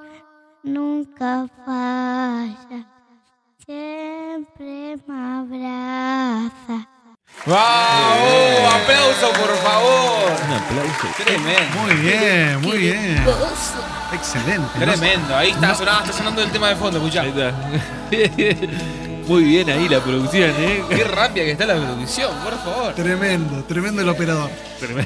nunca falla, siempre me abraza.
¡Bravo! Oh, ¡Aplauso, por favor! Un aplauso. Tremendo.
Muy bien, muy bien. Excelente. ¿no?
Tremendo. Ahí está, sonando, está sonando el tema de fondo, escuchá.
Ahí está. Muy bien ahí la producción, ¿eh?
Qué rápida que está la producción, por favor.
Tremendo, tremendo el operador.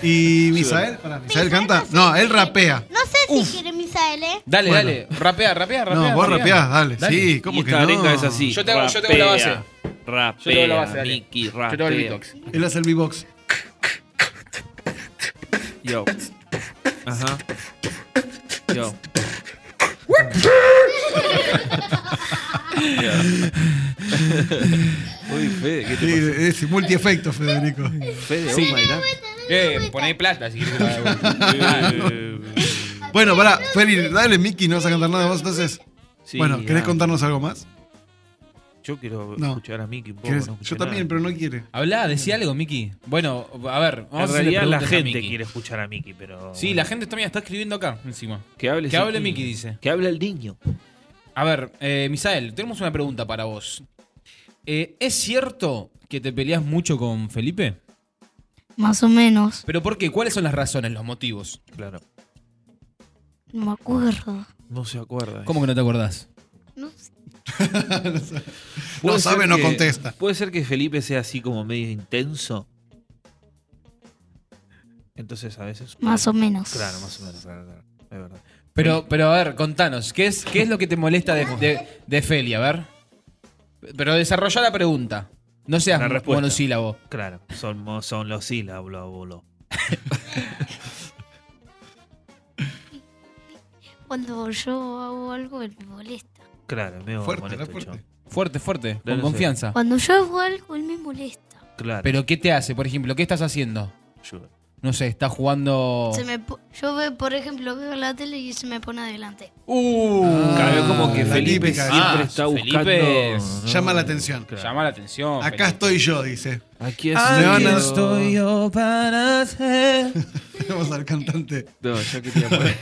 Y Misael, pará, Misael canta. No, él rapea.
No sé si quiere Misael, ¿eh?
Dale,
Bueno.
dale. Rapea, rapea, rapea.
No, vos rapeás, dale. Sí,
Y
¿cómo que
esta arenga
no?
es así.
Yo te hago- yo te hago la base.
Rapea,
Yo te hago la base, dale.
Mickey,
Yo te hago el
rapea.
beatbox.
Él hace el beatbox.
Yo. Ajá. Yo. Uy, Fede, ¿qué
Sí,
te pasa?
es multiefecto, Federico.
Fede,
Sí.
oh my God.
Eh, poné plata si querés. que lo haga.
Bueno, pará, Feli, dale, Miki, no vas a cantar nada vos entonces.
Sí,
bueno, ¿querés
ah,
contarnos algo más?
Yo quiero
No.
escuchar a Mickey un poco.
¿Querés?
no escuché
Yo también,
nada.
pero no quiere.
Hablá, decí algo, Miki. Bueno, a ver, vamos a
en
hacerle
realidad la
preguntas a
gente
Miki.
quiere escuchar a Mickey, pero.
Sí, la gente también está escribiendo acá encima.
Que hable,
que
ese
hable
niño.
Miki, dice.
Que hable el niño.
A ver, eh, Misael, tenemos una pregunta para vos. Eh, ¿Es cierto que te peleas mucho con Felipe?
Más o menos.
¿Pero por qué? ¿Cuáles son las razones, los motivos?
Claro.
No me acuerdo.
No se acuerda.
¿Cómo que no te acordás?
No sé.
No
Puede
sabe,
ser
no
que-
contesta.
Puede ser que Felipe sea así como medio intenso. Entonces a veces.
Más o menos.
Claro, más o menos. Claro, claro. Es verdad.
Pero, pero a ver, contanos, ¿qué es, qué es lo que te molesta de, de, de Feli? A ver. Pero desarrolla la pregunta. No seas
La respuesta.
monosílabo.
Claro, son, mo- son los sílabos.
Cuando yo hago algo, él me molesta.
Claro, me
Fuerte,
molesto
la fuerte.
yo.
Fuerte, fuerte,
Dale,
con
sí.
confianza.
Cuando yo hago algo, él me molesta.
Claro.
Pero ¿qué te hace? Por ejemplo, ¿qué estás haciendo?
Yo-
No sé, estás
Oh.
jugando...
Se me po- yo, ve, por ejemplo, veo la tele y se me pone adelante.
¡Uh!
Claro, es como que
la
Felipe
típica.
siempre
Ah,
está
Felipe
buscando.
es-
¿no?
Llama la atención.
Claro.
Llama la atención.
Acá estoy yo, dice.
Aquí es.
Aquí
Leona.
estoy
yo para ser.
Vamos al cantante.
No, yo quería poner.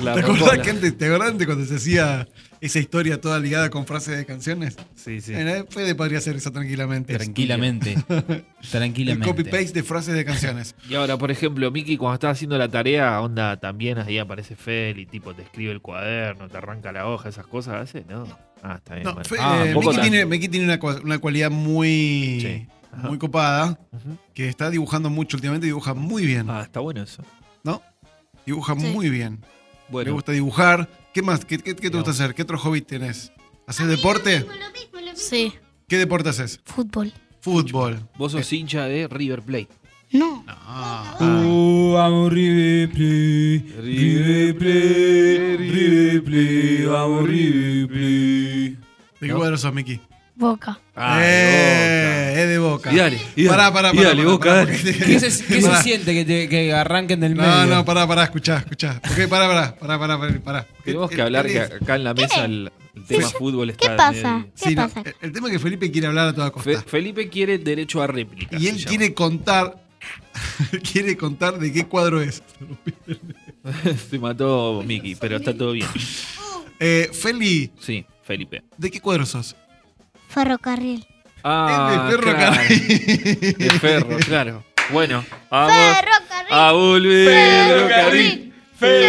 La
¿Te acordás,
rocola.
que antes, ¿Te acordás antes cuando se hacía esa historia toda ligada con frases de canciones?
Sí, sí.
Bueno, eh, Fede podría hacer eso tranquilamente.
Tranquilamente.
El
Tranquilamente.
copy-paste de frases de canciones.
Y ahora, por ejemplo, Miki, cuando está haciendo la tarea, onda también ahí aparece Feli, tipo, te escribe el cuaderno, te arranca la hoja, esas cosas, ¿a veces? No. Ah, está bien.
No,
bueno.
Fe-
Ah,
eh,
un poco
Miki tiene,
tanto.
Miki tiene una, cua- una cualidad muy,
Sí. Ajá.
muy copada,
Ujú.
que está dibujando mucho últimamente, dibuja muy bien,
Ah, está bueno eso.
¿no? Dibuja
Sí.
muy bien. Le
Bueno,
gusta dibujar. ¿Qué más? ¿Qué, qué- qué te
No.
gusta hacer? ¿Qué otro hobby tenés? ¿Haces deporte?
Lo mismo, lo mismo.
Sí.
¿Qué deporte haces?
Fútbol.
Fútbol.
vos sos hincha de River Plate.
No.
Ah.
Uh, vamos, River Plate, River Plate, River Plate, vamos, River Plate.
¿De qué
No.
cuadro sos, Miki?
Boca.
Ah,
eh, es de boca.
Y dale, y dale,
pará, pará,
y
pará.
dale,
pará,
Boca,
pará,
dale.
porque-
¿Qué se, qué se
Pará.
siente que, te- que arranquen del medio?
No, no, pará, pará, escuchá, escuchá. Ok, pará, pará, pará, pará, pará, pará.
Tenemos
El-
que hablar
el-
que acá en la mesa el, el tema fútbol está.
¿Qué pasa?
medio-
¿Qué
sí, no, eh.
pasa?
el- el tema es que Felipe quiere hablar a toda costa.
Fe- Felipe quiere derecho a réplica.
y
se
él
llama.
quiere contar. quiere contar de qué cuadro es.
Se mató Mickey, pero está todo bien.
Eh, Feli,
Sí, Felipe.
¿de qué cuadro sos?
Ferrocarril.
es
Ah,
de Ferro
claro.
Carril.
De ferro, claro. Bueno, vamos
Ah,
Ferrocarril.
a volver. Ferrocarril.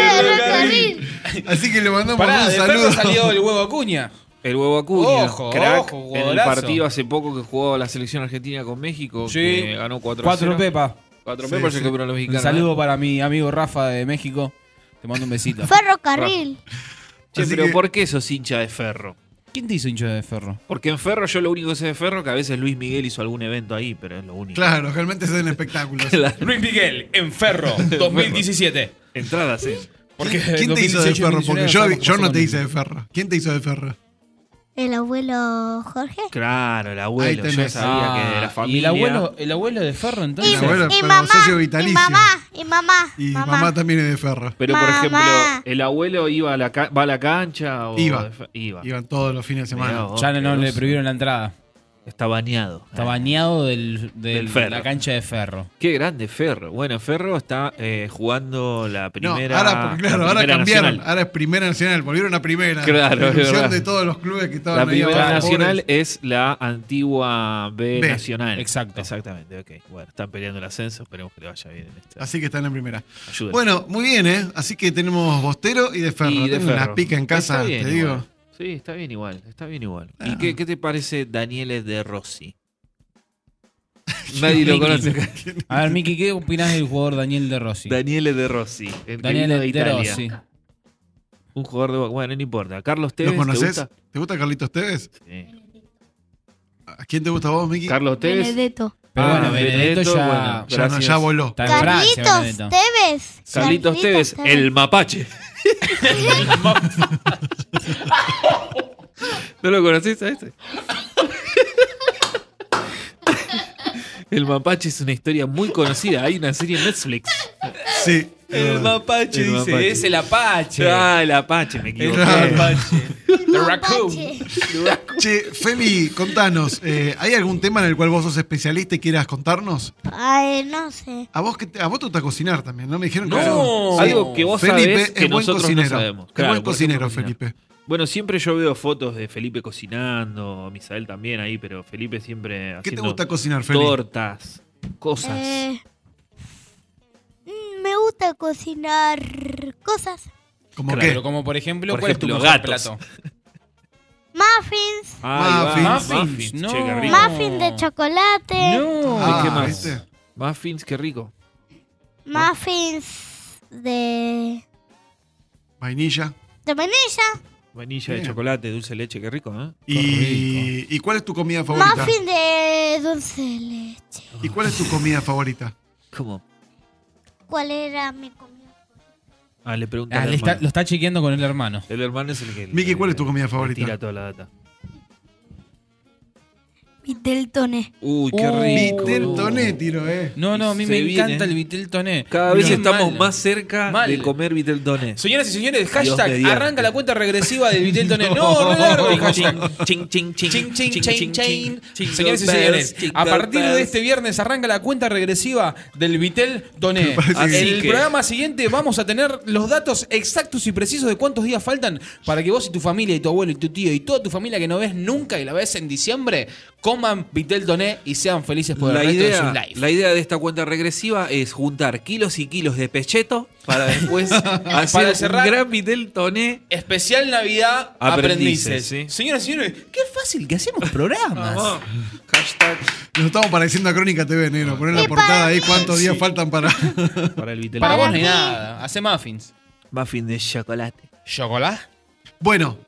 Ferrocarril.
Así que le mandamos
Pará,
un
de Ferro
saludo.
salió el huevo Acuña.
El huevo Acuña,
Ojo,
crack,
ojo,
en el
golazo.
partido hace poco que jugó la selección argentina con México,
Sí.
que ganó 4
Cuatro Pepa.
4
Sí,
Pepas
sí.
que fueron los
Un
mexicanos.
saludo para mi amigo Rafa de México. Te mando un besito.
Ferrocarril.
Che,
Así
pero
que-
¿por qué sos hincha de Ferro?
¿Quién te hizo hincha de Ferro?
Porque en Ferro yo lo único que sé de Ferro que a veces Luis Miguel hizo algún evento ahí, pero es lo único.
Claro, realmente se den espectáculos.
Luis Miguel, en Ferro, 2017.
Entradas, eh.
Porque
¿Quién te hizo de
2018
ferro? Porque yo,
sabemos qué
yo
pasó
no
con
te
él.
hice de ferro. ¿Quién te hizo de ferro?
El abuelo Jorge.
Claro, el
Ahí
abuelo,
tenés.
yo sabía que de la
Ah, ¿Y el
familia.
abuelo, el abuelo de Ferro
Y,
entonces?
Mi abuelo,
y
pero
mamá,
socio
y
vitalicio.
mamá, y mamá,
Y mamá,
mamá.
también es de ferro.
Pero por
Mamá.
ejemplo, el abuelo iba a la ca- va a la cancha o
Iba.
iba.
Iban todos los fines de
Mirá
semana.
vos,
Ya no, no le
quedoso.
prohibieron la entrada.
Está bañado.
Está bañado del, del-
Del Ferro.
la cancha de Ferro.
Qué grande Ferro. Bueno, Ferro está eh, jugando la
No,
primera.
ahora, porque, claro,
la
ahora
primera
cambiaron.
nacional.
Ahora es Primera Nacional, volvieron a Primera.
Claro,
La
es
ilusión
verdad.
de todos los clubes que estaban
La
ahí
primera
abajo,
nacional
pobres.
es la antigua B,
B,
nacional.
exacto.
Exactamente, ok. Bueno, están peleando el ascenso, esperemos que le vaya bien en esta.
Así que están en Primera.
Ayuda.
Ah, Bueno, muy bien, ¿eh? Así que tenemos Bostero y de Ferro.
Y de
Tengo una
Ferro.
pica en casa,
Está bien
te digo. Ah.
igual. Sí, está bien igual, está bien igual. ¿Y qué, qué te parece Daniel de Rossi? Nadie lo conoce.
A ver, Miki, ¿qué opinás del jugador Daniel de Rossi?
Daniel de Rossi, el que vino de
Daniel de
Italia. Ah,
Rossi.
Un jugador de Boca. Bueno, no importa. Carlos Tevez.
¿Lo conoces?
¿te gusta?
¿Te gusta Carlitos Tevez?
Sí.
¿A quién te gusta a vos, Miki?
Carlos Tevez.
Benedetto.
Pero
Ah,
bueno, Benedetto ya,
bueno,
ya, no,
gracias.
ya voló.
está Ah, en Francia,
Carlitos
Benedetto.
Tevez.
Carlitos Tevez, el mapache. ¿No lo conocés a este? El mapache es una historia muy conocida. Hay una serie en Netflix.
Sí.
El mapache,
El
dice.
mapache.
Es el apache.
Ah, el apache, me equivoqué.
Claro.
The raccoon.
Che, Feli, contanos, eh, ¿hay algún tema en el cual vos sos especialista y quieras contarnos?
Ay, Ah, eh, no sé.
A vos, que te- a vos te gusta cocinar también, ¿no? Me dijeron que
No.
sos-
Algo que vos sabés que
es buen
nosotros no
cocinero.
sabemos.
Es
Claro,
buen
por ejemplo,
cocinero,
cocinar.
Felipe.
Bueno, siempre yo veo fotos de Felipe cocinando, Misael también ahí, pero Felipe siempre haciendo
¿Qué te gusta cocinar, Feli?
tortas, cosas.
Eh, mm, me gusta cocinar cosas.
¿Cómo
claro,
qué?
Pero como por ejemplo,
Por
¿cuál
ejemplo,
es tu mejor
gatos.
plato?
Muffins.
Ahí va,
Muffins. Muffins, no.
Che, qué rico.
Ma-
Muffins de chocolate.
No.
Ah,
¿qué más?
¿viste?
Muffins, qué rico.
Muffins de...
Vainilla.
de vainilla.
Vainilla de
Bien.
chocolate, dulce de leche, qué rico, ¿eh?
Y, ¿Y cuál es tu comida favorita?
Muffins de dulce de leche.
¿Y cuál es tu comida favorita?
¿Cómo?
¿Cuál era mi comida?
Ah, le pregunté
Ah,
al
le está-
hermano.
lo está chequeando con el hermano.
El hermano es el que...
Miki, ¿cuál es tu comida
que
favorita?
Tira toda la data.
Viteltone.
Uy,
qué
qué
Oh. rico.
rico.
Vitel Toné, tiro, eh.
No, no, a mí
Se
me
viene.
encanta el vitel toné.
Cada vez
Qué
estamos
malo.
más cerca
Mal.
de comer Viteldoné.
Señoras y señores,
me
hashtag
diga.
arranca la cuenta regresiva del vitel toné. No, re largo el hashtag.
Ching, ching, ching,
Ching, ching, ching, ching, ching.
Jingle
Señoras y
bells,
señores, a
jingle
partir de
bells.
este viernes arranca la cuenta regresiva del Vitel Doné.
Así
El
que-
programa siguiente vamos a tener los datos exactos y precisos de cuántos días faltan para que vos y tu familia y tu abuelo y tu tío y toda tu familia que no ves nunca y la ves en diciembre coman Vitel Doné y sean felices por
La
el resto de
idea,
sus lives.
la idea de esta cuenta regresiva es juntar kilos y kilos de pecheto para después hacer
Para cerrar-
un gran vitel toné.
Especial Navidad Aprendices.
Aprendices, sí.
Señoras y señores, qué fácil que hacemos programas.
Hashtag
Nos estamos pareciendo a Crónica TV, negro. Poner la
Y
portada
para
ahí cuántos días faltan para.
para el vitel
Para vos
toné.
no hay nada. Hace muffins.
Muffin de chocolate.
¿Chocolate?
Bueno,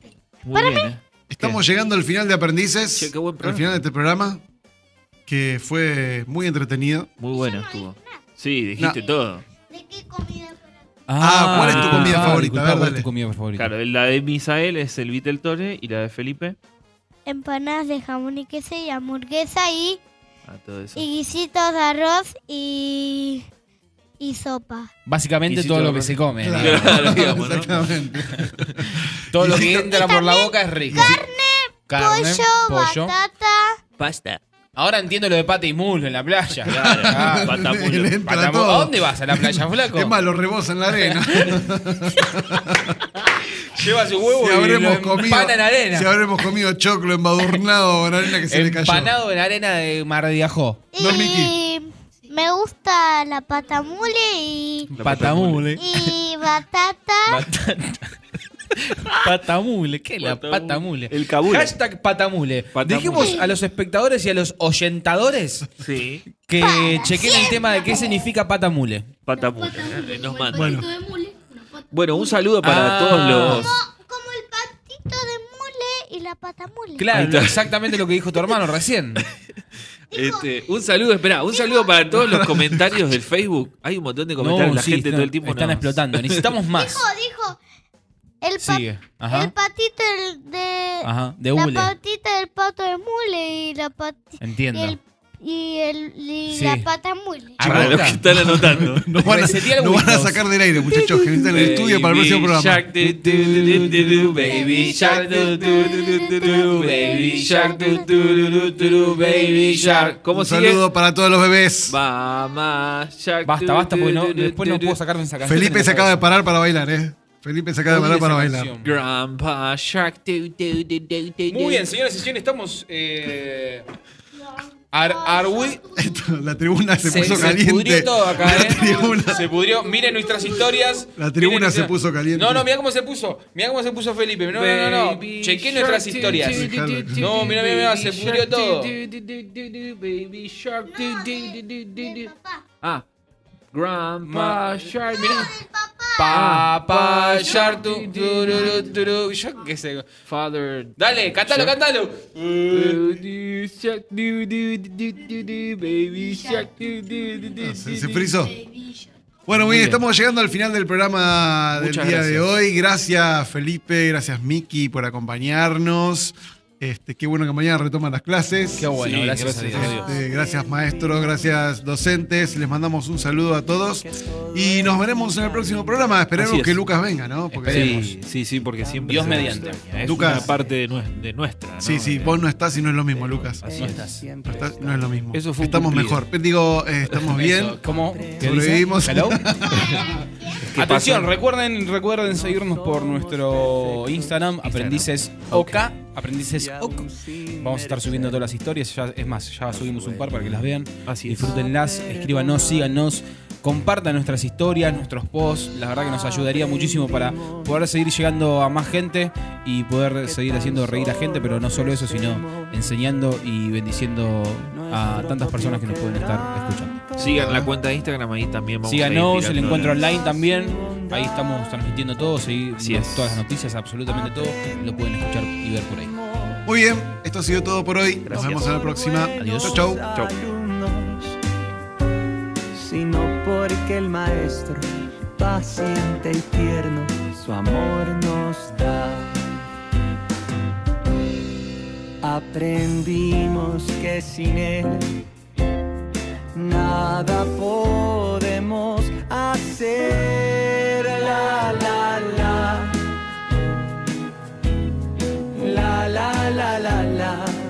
Muy bien, ¿eh?
estamos llegando al final de Aprendices.
Che, qué buen
al
programa.
final de este programa. Que fue muy entretenido.
Muy bueno estuvo. Sí, dijiste
No.
todo.
¿De qué comida?
Ah, ¿cuál es tu comida
disculpa,
favorita? A ver,
¿Cuál es
dale.
tu comida favorita?
Claro, la de Misael es el vitel toné y la de Felipe.
empanadas de jamón y queso y hamburguesa y,
Ah,
a todo eso.
y guisitos de arroz y, y sopa.
Básicamente todo lo que se come.
Claro,
digamos.
digamos, ¿no?
exactamente.
Todo lo que entra por la boca es rico. Carne,
pollo, batata,
Pasta.
Ahora entiendo lo de pata y muslo en la playa.
Claro.
Ah,
Pata muslo.
Le entra
pata-
todo.
¿A dónde vas? ¿A la playa, flaco?
Es más, lo rebosa en la arena.
Lleva su
si,
huevo y lo
habremos comido,
empana en arena.
si habremos comido choclo embadurnado en arena que se le cayó.
Empanado en arena de Mar de Ajó.
No,
y me gusta la patamule y,
Patamule.
y batata.
Batata. Patamule, ¿qué es la patamule?
El cabule.
Hashtag patamule.
Patamule.
Dijimos a los espectadores y a los oyentadores
Sí.
que chequen el tema de qué significa patamule.
Patamule. eh, Nos manda.
Bueno.
Bueno. un saludo para
Ah.
todos los.
Como el patito de mule y la patamule.
Ahí
Claro,
está.
exactamente lo que dijo tu hermano recién.
este, un saludo, espera, un saludo para todos los comentarios del Facebook. Hay un montón de comentarios,
No,
la
sí,
gente
están-
todo el tiempo
Están
nos-
explotando, necesitamos más.
Dijo, dijo. El, pa-
Sigue. Ajá.
el patito del- de.
Ajá, de
la
hule.
patita del pato de mule y la patita. Y,
Entiendo.
el, y, el, y
Sí.
la pata mule.
Para los que están anotando.
Nos van, a,
Resetea el
nos van a
Windows.
sacar del aire, muchachos, que necesitan el estudio para el próximo
Baby
programa.
Shark, du, du, du, du, du, baby Shark, du, du, du, du, du, du, baby Shark, du, du, du, du, du, du, baby Shark. ¿Cómo
Un
sigue?
saludo para todos los bebés.
Mamá Shark.
Basta,
du,
basta, porque no-
du, du,
después
du,
no
du.
puedo sacarme esa canción.
Felipe se acaba de parar para bailar, ¿eh? Felipe se acaba de parar para bailar.
Grandpa Shark. du, du, du, du, du,
Muy
du.
bien, señoras y señores, estamos. Eh, are, are we-
Esto, la tribuna se,
Se,
puso
se
caliente.
pudrió todo acá,
La
¿eh?
tribuna.
Se pudrió. Miren nuestras historias.
La tribuna
Miren
se
nuestra-
puso caliente.
No, no, mira cómo se puso. Mira cómo se puso Felipe. No, no, no. no.
Baby
Chequé
Shark,
nuestras
du, du,
historias.
du, du, du, du,
No, mirá, mirá, mirá, se
baby
pudrió
shark, du,
todo.
du, du, du, du, du, baby Shark. du,
No,
du,
de-
du, du, du,
de
du.
papá.
Ah. Grandpa
Ma-
Shark. mirá.
Del papá.
Papá, Shark, tu, tururu, turu. Yo qué sé.
Father.
Dale, cántalo, cántalo.
Shark, du, du, du, du, du, du, baby Shark. du, du, du, du,
Ah, Se,
du,
se
du.
frizó. Bueno, muy bien,
bien.
estamos llegando al final del programa del
Muchas
día de
gracias.
hoy. Gracias Felipe, gracias Miki por acompañarnos. Este, qué bueno que mañana retoman las clases.
Qué bueno,
Sí,
gracias,
gracias
a
a
Dios.
Este, gracias maestros, gracias docentes, les mandamos un saludo a todos y nos veremos en el próximo programa. Esperemos
Así es.
que Lucas venga, ¿no?
Esperemos.
Sí, sí, sí, porque siempre.
Dios
se
mediante.
extraña. Es
Lucas.
una parte de, nue- de nuestra. ¿no?
sí, sí, vos no estás y no es lo mismo, Lucas.
No estás.
No, estás- no es lo mismo.
Eso fue un
estamos
cumplido.
mejor. Digo, eh, estamos bien.
Eso, ¿Cómo? ¿Qué dice?
Sobrevivimos.
Hello.
¿Qué
Atención,
pasa?
recuerden, recuerden seguirnos por nuestro Instagram, aprendices OK, aprendices OK. Vamos a estar subiendo todas las historias, ya- es más, ya subimos un par para que las vean.
Así es.
Disfrútenlas, escríbanos, síganos, compartan nuestras historias, nuestros posts. La verdad que nos ayudaría muchísimo para poder seguir llegando a más gente y poder seguir haciendo reír a gente, pero no solo eso, sino enseñando y bendiciendo a tantas personas que nos pueden estar escuchando.
Sigan la cuenta de Instagram, ahí también vamos a ir
Síganos, el
tirando
encuentro
las-
online también. Ahí estamos transmitiendo todo, seguir
Así es.
todas las noticias, absolutamente todo. Lo pueden escuchar y ver por ahí.
Muy bien, esto ha sido todo por hoy. Nos
Gracias.
vemos en la próxima.
Adiós.
Chau, chau.
Sino porque el maestro, paciente y tierno, su amor nos da. Aprendimos que sin él nada podemos hacer. La la la. La la la la la.